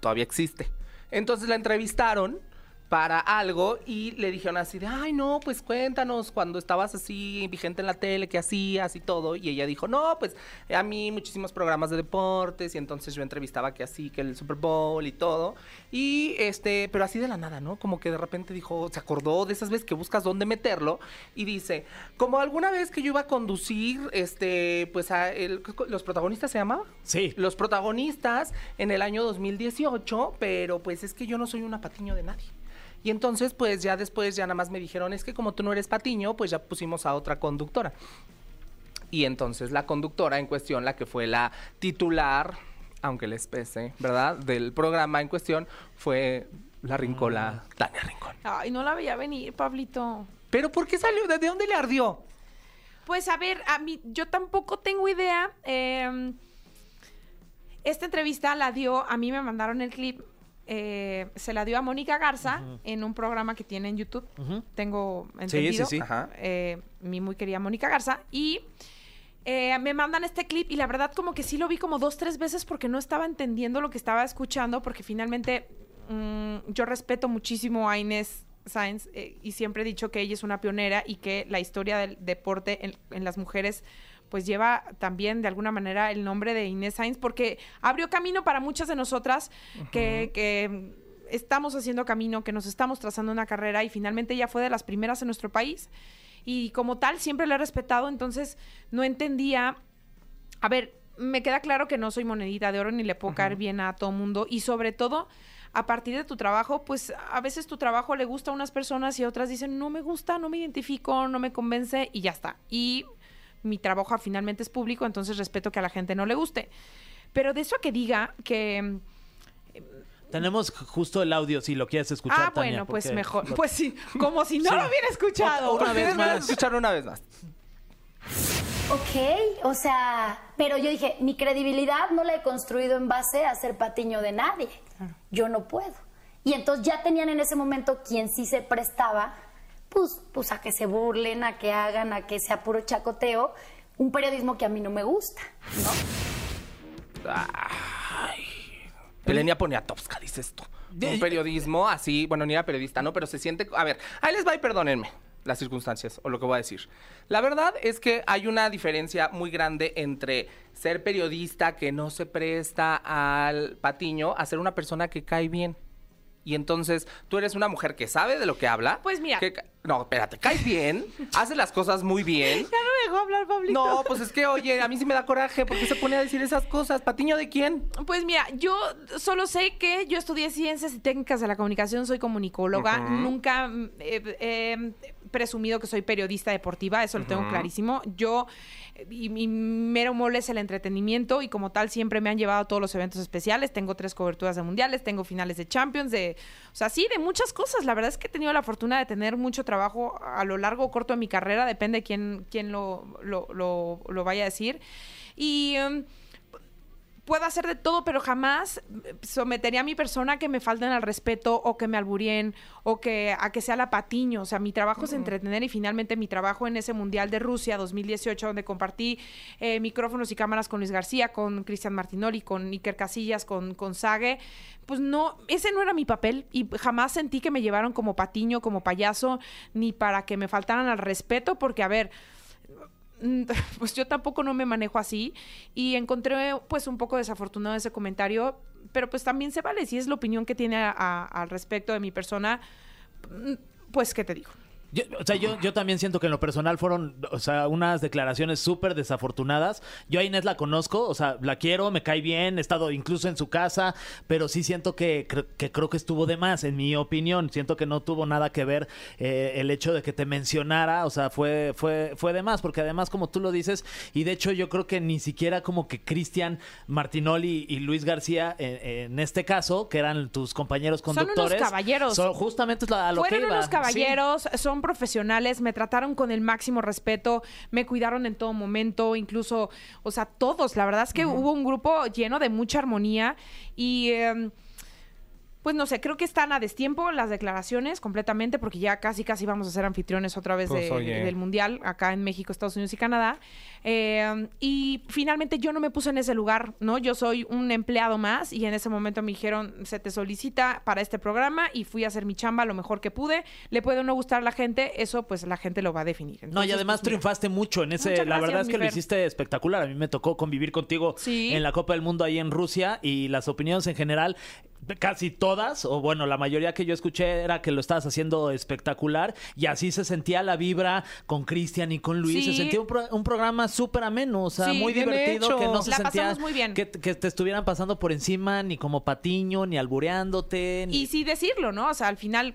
E: todavía existe. Entonces la entrevistaron para algo y le dijeron así de, ay no, pues cuéntanos cuando estabas así vigente en la tele, qué hacías y todo. Y ella dijo, no, pues a mí muchísimos programas de deportes y entonces yo entrevistaba que así, que el Super Bowl y todo. Y este, pero así de la nada, ¿no? Como que de repente dijo, se acordó de esas veces que buscas dónde meterlo y dice, como alguna vez que yo iba a conducir, este, pues a el- los protagonistas se llamaba
C: Sí.
E: los protagonistas en el año 2018, pero pues es que yo no soy una patiño de nadie. Y entonces pues ya después ya nada más me dijeron, es que como tú no eres patiño, pues ya pusimos a otra conductora. Y entonces la conductora en cuestión, la que fue la titular, aunque les pese, ¿verdad? Del programa en cuestión fue la rincola Tania Rincón.
B: Ay, no la veía venir, Pablito.
E: Pero ¿por qué salió? ¿De dónde le ardió?
B: Pues a ver, a mí, yo tampoco tengo idea. eh, esta entrevista la dio, a mí me mandaron el clip, eh, se la dio a Mónica Garza en un programa que tiene en YouTube. Tengo entendido.
C: sí.
E: Ajá.
B: eh, mi muy querida Mónica Garza. Y eh, me mandan este clip y la verdad como que sí lo vi como dos, tres veces porque no estaba entendiendo lo que estaba escuchando porque finalmente mm, yo respeto muchísimo a Inés Sainz eh, y siempre he dicho que ella es una pionera y que la historia del deporte en, en las mujeres pues lleva también de alguna manera el nombre de Inés Sainz porque abrió camino para muchas de nosotras que- que estamos haciendo camino, que nos estamos trazando una carrera y finalmente ella fue de las primeras en nuestro país y como tal siempre la he respetado, entonces no entendía, a ver, me queda claro que no soy monedita de oro ni le puedo caer bien a todo mundo y sobre todo a partir de tu trabajo, pues a veces tu trabajo le gusta a unas personas y a otras dicen, no me gusta, no me identifico, no me convence y ya está. Y mi trabajo finalmente es público, entonces respeto que a la gente no le guste. Pero de eso a que diga que...
C: Tenemos justo el audio si lo quieres escuchar,
B: Ah,
C: Tania,
B: bueno, pues
C: porque-
B: mejor. Pues sí, como si no
C: Sí.
B: lo hubiera escuchado.
C: Una vez
E: Ustedes van a
C: más.
E: escuchar una vez más.
F: Ok, o sea, pero yo dije, mi credibilidad no la he construido en base a ser patiño de nadie. Yo no puedo. Y entonces ya tenían en ese momento quien sí se prestaba, pues, pues a que se burlen, a que hagan, a que sea puro chacoteo, un periodismo que a mí no me gusta.
E: Elenia Poniatowska dice esto. Un periodismo así, bueno, ni era periodista, ¿no? Pero se siente. A ver, ahí les va y perdónenme las circunstancias o lo que voy a decir. La verdad es que hay una diferencia muy grande entre ser periodista que no se presta al patiño a ser una persona que cae bien. Y entonces tú eres una mujer que sabe de lo que habla.
B: Pues mira.
E: que ca- no, espérate, caes bien, haces las cosas muy bien.
B: Ya no me dejó hablar, Pablito.
E: No, pues es que, oye, a mí sí me da coraje. ¿Por qué se pone a decir esas cosas? ¿Patiño de quién?
B: Pues mira, yo solo sé que yo estudié ciencias y técnicas de la comunicación, soy comunicóloga, nunca mm, eh, eh, he presumido que soy periodista deportiva, eso lo tengo clarísimo. Yo, eh, y mi mero mole es el entretenimiento y como tal siempre me han llevado a todos los eventos especiales, tengo tres coberturas de mundiales, tengo finales de Champions, de, o sea, sí, de muchas cosas. La verdad es que he tenido la fortuna de tener mucho trabajo a lo largo o corto de mi carrera, depende quién, quién lo, lo, lo- lo vaya a decir. Y... em, puedo hacer de todo, pero jamás eh, sometería a mi persona a que me falten al respeto o que me alburien o que a que sea la patiño. O sea, mi trabajo es entretener y finalmente mi trabajo en ese Mundial de Rusia 2018, donde compartí eh, micrófonos y cámaras con Luis García, con Cristian Martinoli, con Iker Casillas, con, con Sage. Pues no, ese no era mi papel y jamás sentí que me llevaron como patiño, como payaso, ni para que me faltaran al respeto, porque a ver, mm, pues yo tampoco no me manejo así y encontré pues un poco desafortunado ese comentario, pero pues también se vale, si es la opinión que tiene a- a- al respecto de mi persona, mm, pues qué te digo.
C: Yo, o sea, yo, yo también siento que en lo personal fueron, o sea, unas declaraciones súper desafortunadas. Yo a Inés la conozco, o sea, la quiero, me cae bien, he estado incluso en su casa, pero sí siento que, cre- que creo que estuvo de más, en mi opinión. Siento que no tuvo nada que ver eh, el hecho de que te mencionara, o sea, fue, fue, fue de más, porque además, como tú lo dices, y de hecho yo creo que ni siquiera como que Cristian Martinoli y Luis García, en, en este caso, que eran tus compañeros
B: Son unos
C: conductores.
B: caballeros.
C: son- justamente es la- a lo que
B: Fueron
C: iba.
B: unos
C: Sí.
B: caballeros, son profesionales, me trataron con el máximo respeto, me cuidaron en todo momento, incluso, o sea, todos. La verdad es que hubo un grupo lleno de mucha armonía y... em, pues no sé, creo que están a destiempo las declaraciones completamente, porque ya casi casi vamos a ser anfitriones otra vez
E: Pues,
B: de-
E: oye.
B: del Mundial, acá en México, Estados Unidos y Canadá. Eh, y finalmente yo no me puse en ese lugar, ¿no? Yo soy un empleado más y en ese momento me dijeron, se te solicita para este programa y fui a hacer mi chamba lo mejor que pude. Le puede o no gustar a la gente, eso pues la gente lo va a definir.
C: No, y
B: Entonces,
C: además
B: pues, mira.
C: triunfaste mucho en ese.
B: Muchas
C: la verdad
B: gracias,
C: es
B: mi
C: que lo
B: Fer.
C: hiciste espectacular. A mí me tocó convivir contigo
B: Sí.
C: en la Copa del Mundo ahí en Rusia y las opiniones en general, casi todas, o bueno, la mayoría que yo escuché era que lo estabas haciendo espectacular y así se sentía la vibra con Cristian y con Luis.
B: Sí.
C: Se sentía un, pro- un programa súper ameno, o sea,
B: Sí,
C: muy
E: bien
C: divertido,
E: hecho.
C: que no se
B: La
C: sentía
B: pasamos muy bien.
C: Que, que te estuvieran pasando por encima, ni como patiño, ni albureándote. ni-
B: Y sí decirlo, ¿no? O sea, al final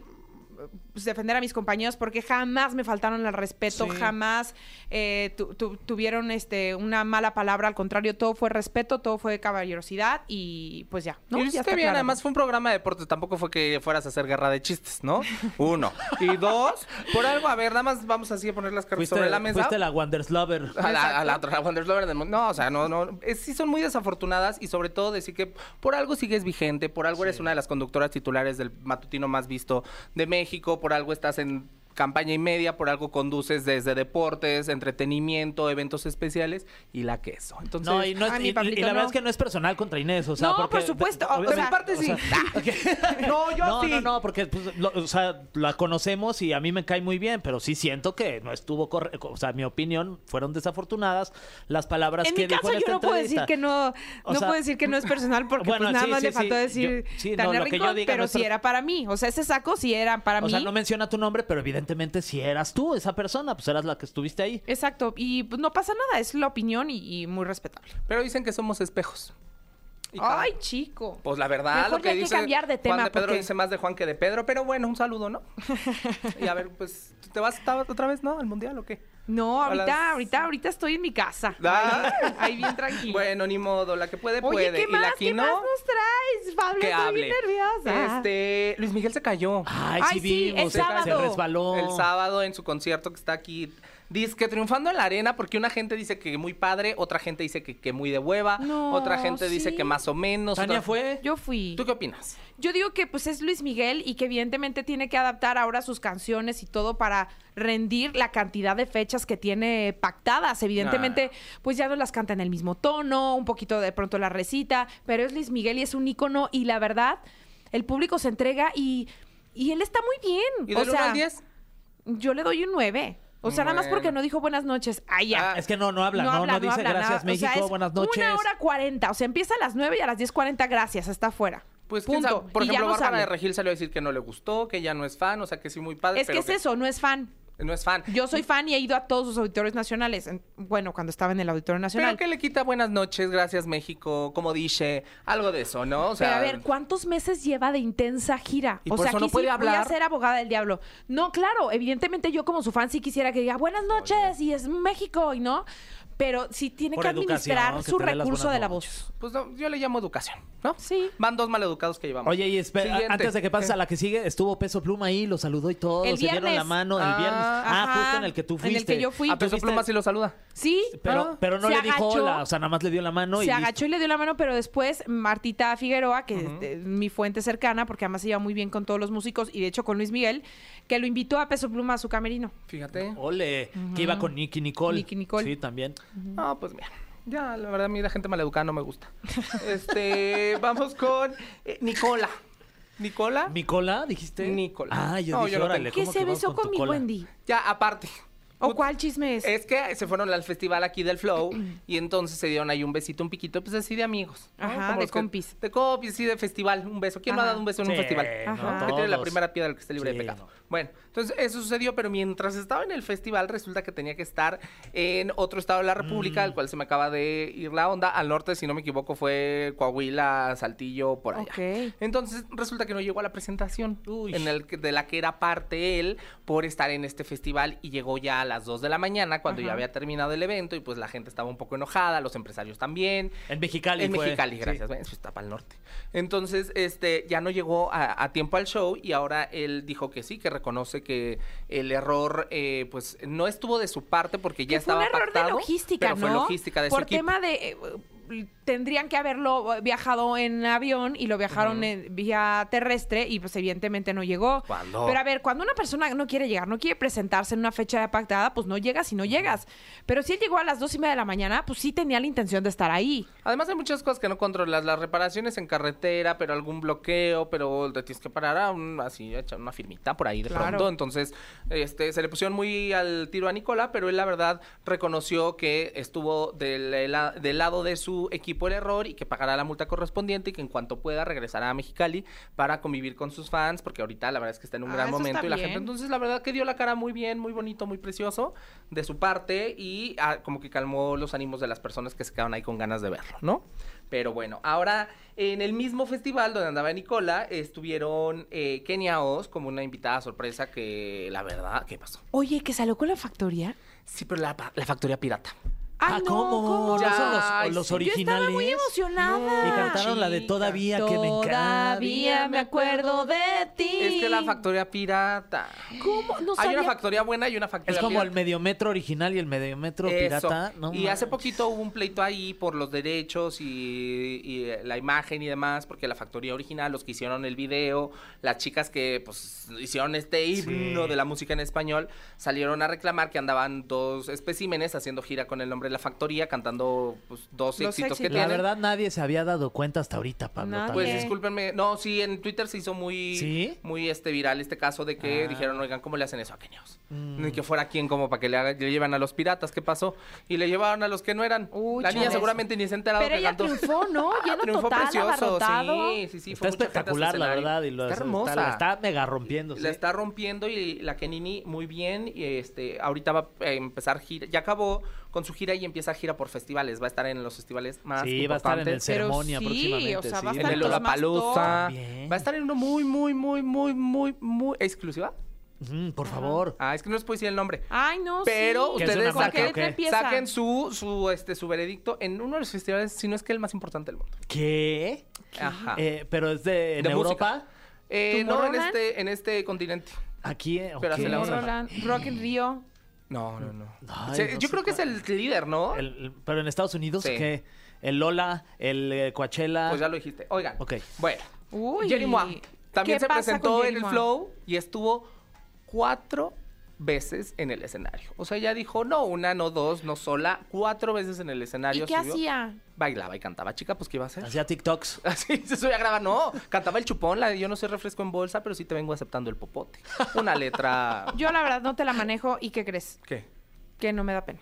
B: pues, defender a mis compañeros porque jamás me faltaron al respeto, jamás eh, tu- tu- tuvieron este una mala palabra, al contrario, todo fue respeto, todo fue caballerosidad y pues ya, ¿no?
E: y
B: Ya
E: está
B: está
E: bien,
B: aclarado.
E: además fue un programa de deportes, tampoco fue que fueras a hacer guerra de chistes, ¿no? Uno. Y dos, por algo, a ver, nada más vamos así a poner las cartas
C: Fuiste,
E: sobre la mesa.
C: fuiste la Wanderslover.
E: A la, a la otra, a Wanderslover del mundo. No, o sea, no, no. Es- sí son muy desafortunadas y sobre todo decir que por algo sigues vigente, por algo eres una de las conductoras titulares del matutino más visto de México, por algo estás en campaña y media, por algo conduces desde deportes, entretenimiento, eventos especiales y la queso. Entonces,
C: No, y, no es-
B: Ay, ah, mi
C: y- y- y
B: Pablito,
C: la verdad
B: no.
C: es que no es personal contra Inés, o sea,
B: No,
C: porque-
B: por supuesto, o-
C: obviamente-
B: o sea-
E: parte sí.
C: ok.
E: No, yo
C: no,
E: sí.
C: No, no, porque pues, lo- o sea, la conocemos y a mí me cae muy bien, pero sí siento que no estuvo correcto, o sea, mi opinión fueron desafortunadas las palabras
B: en
C: que
B: mi
C: dijo
B: caso
C: en
B: yo
C: esta
B: no puedo
C: entrevista.
B: decir que no,
C: O
B: no
C: sea,
B: puedo decir que no es personal porque
C: bueno,
B: pues nada
C: sí,
B: más
C: sí,
B: le
C: sí,
B: faltó
C: yo-
B: decir
C: sí, no,
B: Tania
C: lo que yo
B: Rincón,
C: diga no
B: pero
C: es
B: si
C: pers-
B: era para mí, o sea, ese saco si era para
C: O
B: mí.
C: sea, no menciona tu nombre, pero evidentemente si eras tú esa persona, pues eras la que estuviste ahí.
B: Exacto, y pues, no pasa nada, es la opinión y, y muy respetable.
E: Pero dicen que somos espejos. Y cada-
B: Ay, chico.
E: Pues la verdad,
B: Mejor
E: lo que
B: ya hay que
E: dice
B: cambiar de tema
E: Juan de Pedro
B: porque-
E: dice más de Juan que de Pedro, pero bueno, un saludo, ¿no? y a ver, pues, ¿te vas ta- otra vez, no? ¿Al mundial o qué?
B: No,
E: A
B: ahorita,
E: las-
B: ahorita, ahorita estoy en mi casa.
E: Ah.
B: Ahí, ahí bien tranquilo.
E: Bueno, ni modo, la que puede,
B: Oye,
E: puede.
B: ¿qué
E: y la
B: más?
E: que
B: ¿Qué
E: no,
B: más nos traes, Pablo?
E: que
B: estoy
E: hable.
B: bien nerviosa.
E: Este, Luis Miguel se cayó.
C: Ay,
B: Ay,
C: sí,
B: sí, el
C: vimos, se- se
B: sábado.
C: resbaló.
E: El sábado en su concierto que está aquí. Dice que triunfando en la arena, porque una gente dice que muy padre, otra gente dice que, que muy de hueva,
B: No,
E: otra gente dice
B: sí.
E: que más o menos.
C: Tania
E: otra-
C: fue
B: Yo fui.
E: ¿Tú qué opinas?
B: Yo digo que pues es Luis Miguel y que evidentemente tiene que adaptar ahora sus canciones y todo para rendir la cantidad de fechas que tiene pactadas. Evidentemente, pues ya no las canta en el mismo tono, un poquito de pronto la recita, pero es Luis Miguel y es un ícono y la verdad, el público se entrega y, y él está muy bien.
E: ¿Y
B: o
E: del 1
B: sea,
E: al 10?
B: Yo le doy un 9. O sea, nada más porque
E: Bueno.
B: no dijo buenas noches. Ay, ya.
E: Ah,
C: es que no, no habla, no, no, dice
B: habla
C: gracias
B: nada". O sea,
C: México,
B: es
C: buenas noches.
B: Una hora cuarenta. O sea, empieza a las 9 y a las 10.40, gracias, hasta afuera.
E: Pues, ¿quién
B: Punto.
E: sabe? por
B: Y ya
E: ejemplo,
B: no
E: Bárbara
B: sale.
E: de Regil salió a decir que no le gustó, que ya no es fan, o sea, que sí muy padre.
B: Es que
E: pero
B: es eso, no es fan.
E: No es fan.
B: Yo soy fan y he ido a todos sus auditorios nacionales. En- Bueno, cuando estaba en el Auditorio Nacional.
E: Pero que le quita buenas noches, gracias México, como dice, algo de eso, ¿no? O sea,
B: Pero a ver, ¿cuántos meses lleva de intensa gira?
E: Y
B: o
E: por
B: sea,
E: eso
B: aquí
E: no puede
B: sí voy a
E: hablar.
B: ser abogada del diablo. No, claro, evidentemente yo como su fan sí quisiera que diga buenas noches y es México y no, pero sí tiene
C: Por
B: que
C: educación,
B: administrar
C: que
B: su
C: te dé las
B: recurso
C: buenas
B: de la
C: noches.
B: voz.
E: pues no, yo le llamo educación, ¿no?
B: Sí.
E: Van dos maleducados que llevamos.
C: Oye, y espera,
E: Siguiente.
C: antes de que pases
E: ¿Qué?
C: a la que sigue, estuvo Peso Pluma ahí, lo saludó y todo,
B: El
C: se dieron la
B: viernes.
C: mano el
E: Ah,
C: viernes. Ah,
B: ajá.
C: justo en el que tú
B: En el
C: fuiste.
B: que yo fui.
E: A
C: ¿Tú
E: Peso
C: fuiste?
E: Pluma sí lo saluda.
B: Sí,
C: Pero,
B: ah,
C: pero no
B: se
C: le dijo
B: agachó.
C: hola, o sea, nada más le dio la mano y
B: se
C: listo.
B: agachó y le dio la mano, pero después Martita Figueroa, que es eh, mi fuente cercana, porque además se lleva muy bien con todos los músicos y de hecho con Luis Miguel, que lo invitó a Peso Pluma a su camerino.
E: Fíjate.
C: Ole, que iba con Nicky Nicole.
B: Nicky Nicole.
C: Sí, también.
E: No, pues mira. Ya, la verdad, a mí la gente maleducada no me gusta. Este, vamos con eh, Nicola. ¿Nicola?
C: ¿Micola, dijiste?
E: Nicola.
C: Ah, yo
E: No,
C: dije,
E: yo no
C: órale,
E: tengo.
B: Que
C: ¿cómo
B: se
C: vamos
B: besó
C: con
B: con,
C: tu
B: mi
C: cola?
B: Wendy.
E: Ya, aparte.
B: ¿O cuál chisme es?
E: Es que se fueron al festival aquí del Flow y entonces se dieron ahí un besito, un piquito, pues así de amigos. ¿no?
B: Ajá,
E: Como
B: de
E: los que-
B: compis.
E: de compis, sí, de festival, un beso. ¿Quién no ha
B: Ajá.
E: dado un beso en un
C: Sí,
E: festival?
C: ¿no?
B: Ajá.
E: Que tiene la
C: Todos.
E: primera piedra el que esté libre
C: Sí,
E: de pecado.
C: no.
E: Bueno, entonces eso sucedió, pero mientras estaba en el festival resulta que tenía que estar en otro estado de la República, al cual se me acaba de ir la onda, al norte, si no me equivoco, fue Coahuila, Saltillo, por allá.
B: Ok.
E: Entonces resulta que no llegó a la presentación
C: Uy.
E: en el que- de la que era parte él por estar en este festival y llegó ya a las 2 de la mañana cuando ya había terminado el evento y pues la gente estaba un poco enojada, los empresarios también.
C: En Mexicali
E: En
C: fue.
E: Mexicali,
C: Sí.
E: gracias. Bueno, eso está para el norte. Entonces, este, ya no llegó a, a tiempo al show y ahora él dijo que sí, que reconoce que el error, eh, pues, no estuvo de su parte porque ya
B: Que fue
E: estaba
B: un error de
E: pactado,
B: logística,
E: pero
B: ¿no?
E: fue logística de
B: Por
E: su equipo.
B: tema de... eh, eh, tendrían que haberlo eh, viajado en avión y lo viajaron en vía terrestre y pues evidentemente no llegó.
E: ¿Cuándo?
B: Pero a ver, cuando una persona no quiere llegar, no quiere presentarse en una fecha pactada, pues no llegas y no llegas. Pero si él llegó a las dos y media de la mañana, pues sí tenía la intención de estar ahí.
E: Además hay muchas cosas que no controlas, las reparaciones en carretera, pero algún bloqueo, pero te tienes que parar a un- así, a echar una firmita por ahí de
B: Claro.
E: pronto. Entonces, este, se le pusieron muy al tiro a Nicola, pero él la verdad reconoció que estuvo del, la- del lado de su equipo el error y que pagará la multa correspondiente y que en cuanto pueda regresará a Mexicali para convivir con sus fans, porque ahorita la verdad es que está en un
B: Ah,
E: gran
B: eso está
E: momento y la gente
B: bien.
E: entonces entonces, la verdad que dio la cara muy bien, muy bonito, muy precioso de su parte y ah, como que calmó los ánimos de las personas que se quedaron ahí con ganas de verlo, ¿no? Pero bueno, ahora en el mismo festival donde andaba Nicola, estuvieron eh, Kenia Oz como una invitada sorpresa que la verdad, ¿qué pasó?
B: Oye, que salió con la factoría.
E: Sí, pero la, pa- la factoría pirata.
B: Ay,
C: ah,
B: no,
C: ¿cómo?
B: ¿cómo?
C: ¿No
E: Ya,
C: son los,
E: ay,
C: los
E: sí. Yo
B: Yo
C: originales?
B: estaba muy emocionada.
C: Y cantaron la de
E: Chica.
C: Todavía, que me encanta.
B: Todavía me acuerdo de ti.
E: Es que la factoría pirata.
B: ¿Cómo? No
E: Hay una
B: sabía-
E: factoría buena y una factoría
C: Es como
E: pirata.
C: el mediometro original y el mediometro
E: Eso.
C: pirata. No
E: y hace
C: manches.
E: poquito hubo un pleito ahí por los derechos y, y, eh, la imagen y demás, porque la factoría original, los que hicieron el video, las chicas que pues hicieron este himno de la música en español, salieron a reclamar que andaban dos especímenes haciendo gira con el nombre de la factoría, cantando pues, dos
B: Los
E: éxitos que
B: éxitos.
C: La
E: tienen.
C: verdad, nadie se había dado cuenta hasta ahorita, Pablo.
B: Nadie.
C: también.
E: Pues discúlpenme, no, sí, en Twitter se hizo muy,
C: Ah, ¿Sí?
E: muy este viral este caso de que
C: Ah. Mm.
E: dijeron, oigan, ¿cómo le hacen eso a Kenios? Ni que fuera quien como para que le, haga- le lleven a los piratas, ¿qué pasó? Y le llevaron a los que no eran.
B: Uy,
E: la niña
B: chales.
E: seguramente ni se ha enterado
B: Pero
E: que
B: ella
E: cantó. Ah,
B: triunfó, ¿no? Lleno
E: triunfó
B: total,
E: precioso,
B: abarrotado.
E: sí, sí, sí.
C: está
E: fue mucha gente a su
C: espectacular, la
E: escenario.
C: verdad. Y lo,
E: está hermosa.
C: la está mega rompiendo. sí.
E: La está rompiendo y la Kenini muy bien. Y este, ahorita va a empezar gira. Ya acabó con su gira y empieza gira por festivales. Va a estar en los festivales más
C: Sí, va a estar en el
E: importantes.
C: ceremonia
B: sí,
C: próximamente.
B: o sea,
C: sí.
B: va a
E: en
B: estar
E: el
B: los
E: Lollapalooza.
C: Bien.
E: Va a estar en uno muy, muy, muy, muy, muy, muy exclusiva.
C: Ujú, por favor.
E: Ah, es que no les puedo decir el nombre.
B: Ay, no,
E: Pero
C: Que
B: sí.
C: es una
E: ustedes
C: marca,
E: saquen,
C: ¿o qué?
B: empieza.
E: saquen su, su, este, su veredicto en uno de los festivales, si no es que el más importante del mundo.
C: ¿Qué?
E: Ajá.
C: Eh, pero es de, en
E: De
C: Europa.
E: música. Eh, no, en
B: ¿Tomorrowland?
E: este, en este continente.
C: Aquí. eh,
E: Pero
C: ok.
E: hace la
B: Tomorrowland,
E: otra.
B: Rock in Rio.
E: No, no, no.
C: Ay,
E: Se-
C: no
E: Yo
C: sé
E: creo que es el líder, ¿no?
C: El- el- pero en Estados Unidos,
E: Sí.
C: ¿qué? El Lola, el eh, Coachella.
E: Pues ya lo dijiste. Oigan.
C: Ok.
E: Bueno.
B: Uy.
E: Jerry Mois. También
B: ¿Qué
E: se
B: pasa
E: presentó
B: con
E: en
B: Jerry
E: el
B: Mois?
E: Flow y estuvo cuatro veces en el escenario. O sea, ya dijo, no una, no dos, no sola, cuatro veces en el escenario.
B: ¿Y qué
E: subió.
B: hacía?
E: Bailaba y cantaba, chica, pues ¿qué iba a hacer?
C: Hacía TikToks.
E: Así se subía a grabar, no, cantaba el chupón, la de yo no soy refresco en bolsa, pero sí te vengo aceptando el popote. Una letra...
B: Yo, la verdad, no te la manejo. ¿Y qué crees?
E: ¿Qué?
B: Que no me da pena.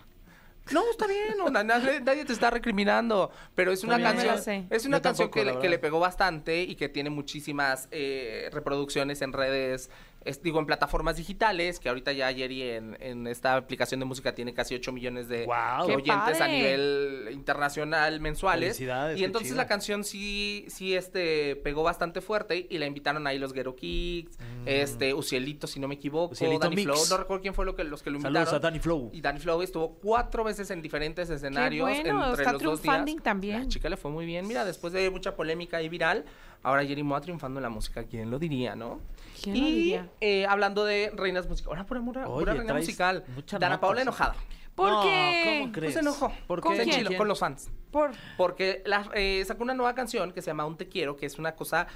E: No, está bien, no, na- nadie, nadie te está recriminando, pero es una
B: bien.
E: canción,
B: No me la sé.
E: es una
C: Yo
E: canción
C: tampoco,
E: que,
C: la
E: le, que
C: verdad.
E: le pegó bastante y que tiene muchísimas eh, reproducciones en redes es- digo, en plataformas digitales, que ahorita ya Jerry en, en esta aplicación de música tiene casi 8 millones de
C: Guau.
B: ¡Qué
E: oyentes a
B: padre!
E: nivel internacional mensuales.
C: Felicidades,
E: Y
C: qué
E: entonces
C: chido.
E: la canción sí, sí este, pegó bastante fuerte y la invitaron ahí los Ghetto Kicks, este, Ucielito, si no me
C: Mm.
E: equivoco,
C: Ucielito
E: Danny
C: Mix.
E: Flow, no recuerdo quién fue lo que, los que lo invitaron.
C: Saludos a Danny Flow.
E: Y Danny Flow estuvo cuatro veces en diferentes escenarios.
B: bueno,
E: entre
B: está
E: los dos
B: triunfando
E: días.
B: también.
E: La chica le fue muy bien. Mira, después de mucha polémica y viral, ahora Jerry Moa triunfando en la música. ¿Quién lo diría, no?
B: ¿Quién
E: y
B: lo diría?
E: eh, hablando de reinas musicales. Ahora pura, pura,
C: Oye,
E: pura reina
C: traes
E: musical.
C: mucha
E: Dana
C: nota,
E: Paula
C: sí.
E: enojada.
B: ¿Por
C: No,
B: qué?
C: ¿cómo
E: Pues
C: crees?
E: se enojó.
C: ¿Por
B: ¿Con
E: Se
B: quién?
E: enchiló con los fans.
B: Por...
E: Porque la- eh, sacó una nueva canción que se llama Un Te Quiero, que es una cosa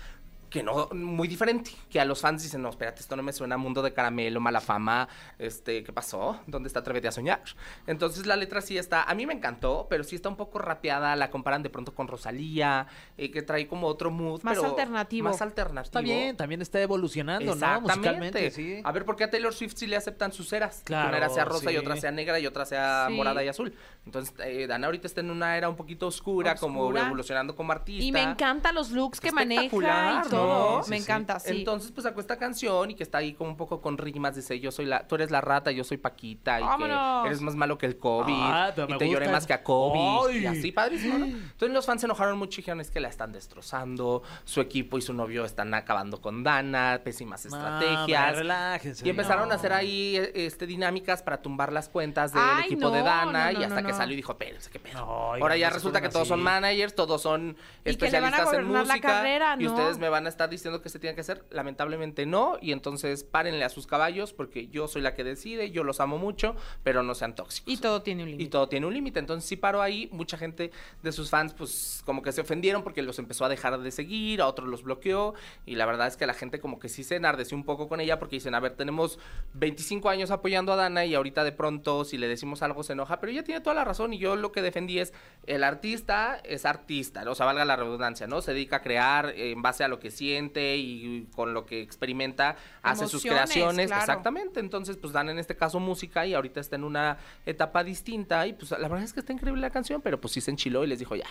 E: que no muy diferente, que a los fans dicen, no, espérate, esto no me suena a mundo de caramelo, mala fama, este, ¿qué pasó? ¿Dónde está Atrévete a soñar? Entonces la letra sí está, a mí me encantó, pero sí está un poco rapeada, la comparan de pronto con Rosalía, eh, que trae como otro mood.
B: Más
E: pero
B: alternativo.
E: Más alternativo.
G: Está bien, también está evolucionando, ¿no?
E: Exactamente.
G: Musicalmente, sí.
E: A ver, ¿por qué a Taylor Swift sí le aceptan sus ceras?
C: Claro,
E: que una era sea rosa y
C: sí.
E: otra sea negra y otra sea
B: Sí.
E: morada y azul. Entonces, eh, Dana ahorita está en una era un poquito oscura, como
B: Oscura.
E: evolucionando como artista.
B: Y me encantan los looks que maneja
E: Espectacular,
B: y todo.
E: ¿no?
B: me encanta, sí.
E: Entonces, pues sacó esta canción y que está ahí como un poco con rimas. Dice, yo soy la, tú eres la rata, yo soy Paquita. Y
B: ¡Vámonos!
E: que eres más malo que el COVID.
C: Ah, pero me
E: y te lloré
C: gusta
E: más
C: eso.
E: que a COVID.
C: ¡Ay!
E: Y así, padrísimo, ¿no? Entonces los fans se enojaron mucho y dijeron, es que la están destrozando. Su equipo y su novio están acabando con Dana. Pésimas
C: No,
E: estrategias.
C: hombre, relájense.
E: Y empezaron
C: No.
E: a hacer ahí eh, este, dinámicas para tumbar las cuentas del
B: Ay,
E: equipo
B: no,
E: de Dana.
B: no, no,
E: y hasta
B: no,
E: que
B: no.
E: salió y dijo, espérense, qué pedo.
C: No, oigan,
E: Ahora ya
C: no se
E: resulta que
C: pongan
E: todos son
C: así.
E: managers, todos son
B: Y que le van a
E: especialistas en
B: gobernar la
E: música.
B: carrera,
E: Y
B: ¿no?
E: ustedes me van a estar diciendo que se tiene que hacer. Lamentablemente no. Y entonces párenle a sus caballos porque yo soy la que decide, yo los amo mucho, pero no sean tóxicos.
B: Y todo tiene un límite.
E: Y todo tiene un límite. Entonces, sí paró ahí. Mucha gente de sus fans, pues, como que se ofendieron porque los empezó a dejar de seguir, a otros los bloqueó. Y la verdad es que la gente, como que sí se enardeció un poco con ella porque dicen: A ver, tenemos 25 años apoyando a Dana y ahorita de pronto, si le decimos algo, se enoja. Pero ella tiene toda la razón. Y yo lo que defendí es: el artista es artista, o sea, valga la redundancia, ¿no? Se dedica a crear eh, en base a lo que siente y con lo que experimenta, hace sus
B: Emociones,
E: creaciones.
B: claro.
E: Exactamente. Exactamente, entonces pues dan en este caso música y ahorita está en una etapa distinta y pues la verdad es que está increíble la canción, pero pues sí se enchiló y les dijo ya,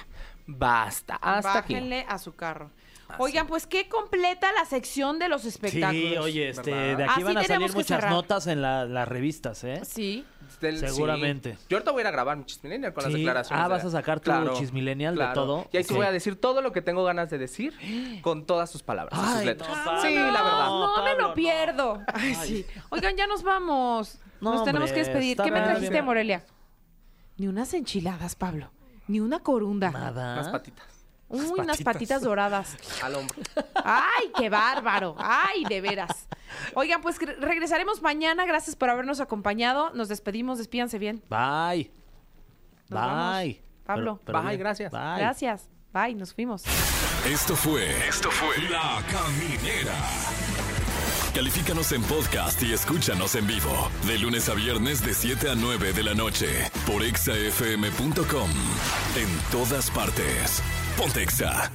E: basta, hasta aquí.
B: Bájenle a su carro. Oigan, pues qué completa la sección de los espectáculos.
C: Sí, oye, este,
E: ¿verdad?
C: de aquí
B: Así
C: van a
B: tenemos
C: salir
B: que
C: muchas
B: cerrar.
C: notas en la- las revistas, ¿eh?
B: Sí.
E: Del- sí.
C: Seguramente.
E: Yo ahorita voy a ir a grabar mi chismilenial con las
C: Sí.
E: declaraciones.
C: Ah,
E: de-
C: ¿vas a sacar tu chismilenial de todo?
E: Y ahí sí
C: Ok.
E: voy a decir todo lo que tengo ganas de decir con todas sus palabras, y sus
C: Ay,
E: letras.
C: no,
E: sí,
C: Pablo.
E: la verdad.
B: No, me
C: Pablo,
B: lo
C: no.
B: pierdo. Ay, sí. Oigan, ya nos vamos.
C: No,
B: nos tenemos
C: hombre,
B: que despedir.
C: está
B: ¿Qué me
C: bien.
B: trajiste de Morelia? Ni unas enchiladas, Pablo. Ni una corunda.
C: Nada.
E: Unas patitas
B: Uy, unas patitas doradas.
E: al hombro.
B: ¡Ay, qué bárbaro! ¡Ay, de veras! Oigan, pues cre- regresaremos mañana. Gracias por habernos acompañado. Nos despedimos. Despídanse bien.
C: Bye.
B: Nos vamos.
C: Bye.
B: Pablo.
E: Bye,
C: bien.
E: gracias.
C: Bye.
B: Gracias. Bye, nos fuimos.
A: Esto fue. Esto fue. La Caminera. Califícanos en podcast y escúchanos en vivo. De lunes a viernes, de 7 a 9 de la noche. Por exafm.com. En todas partes. Pontexa.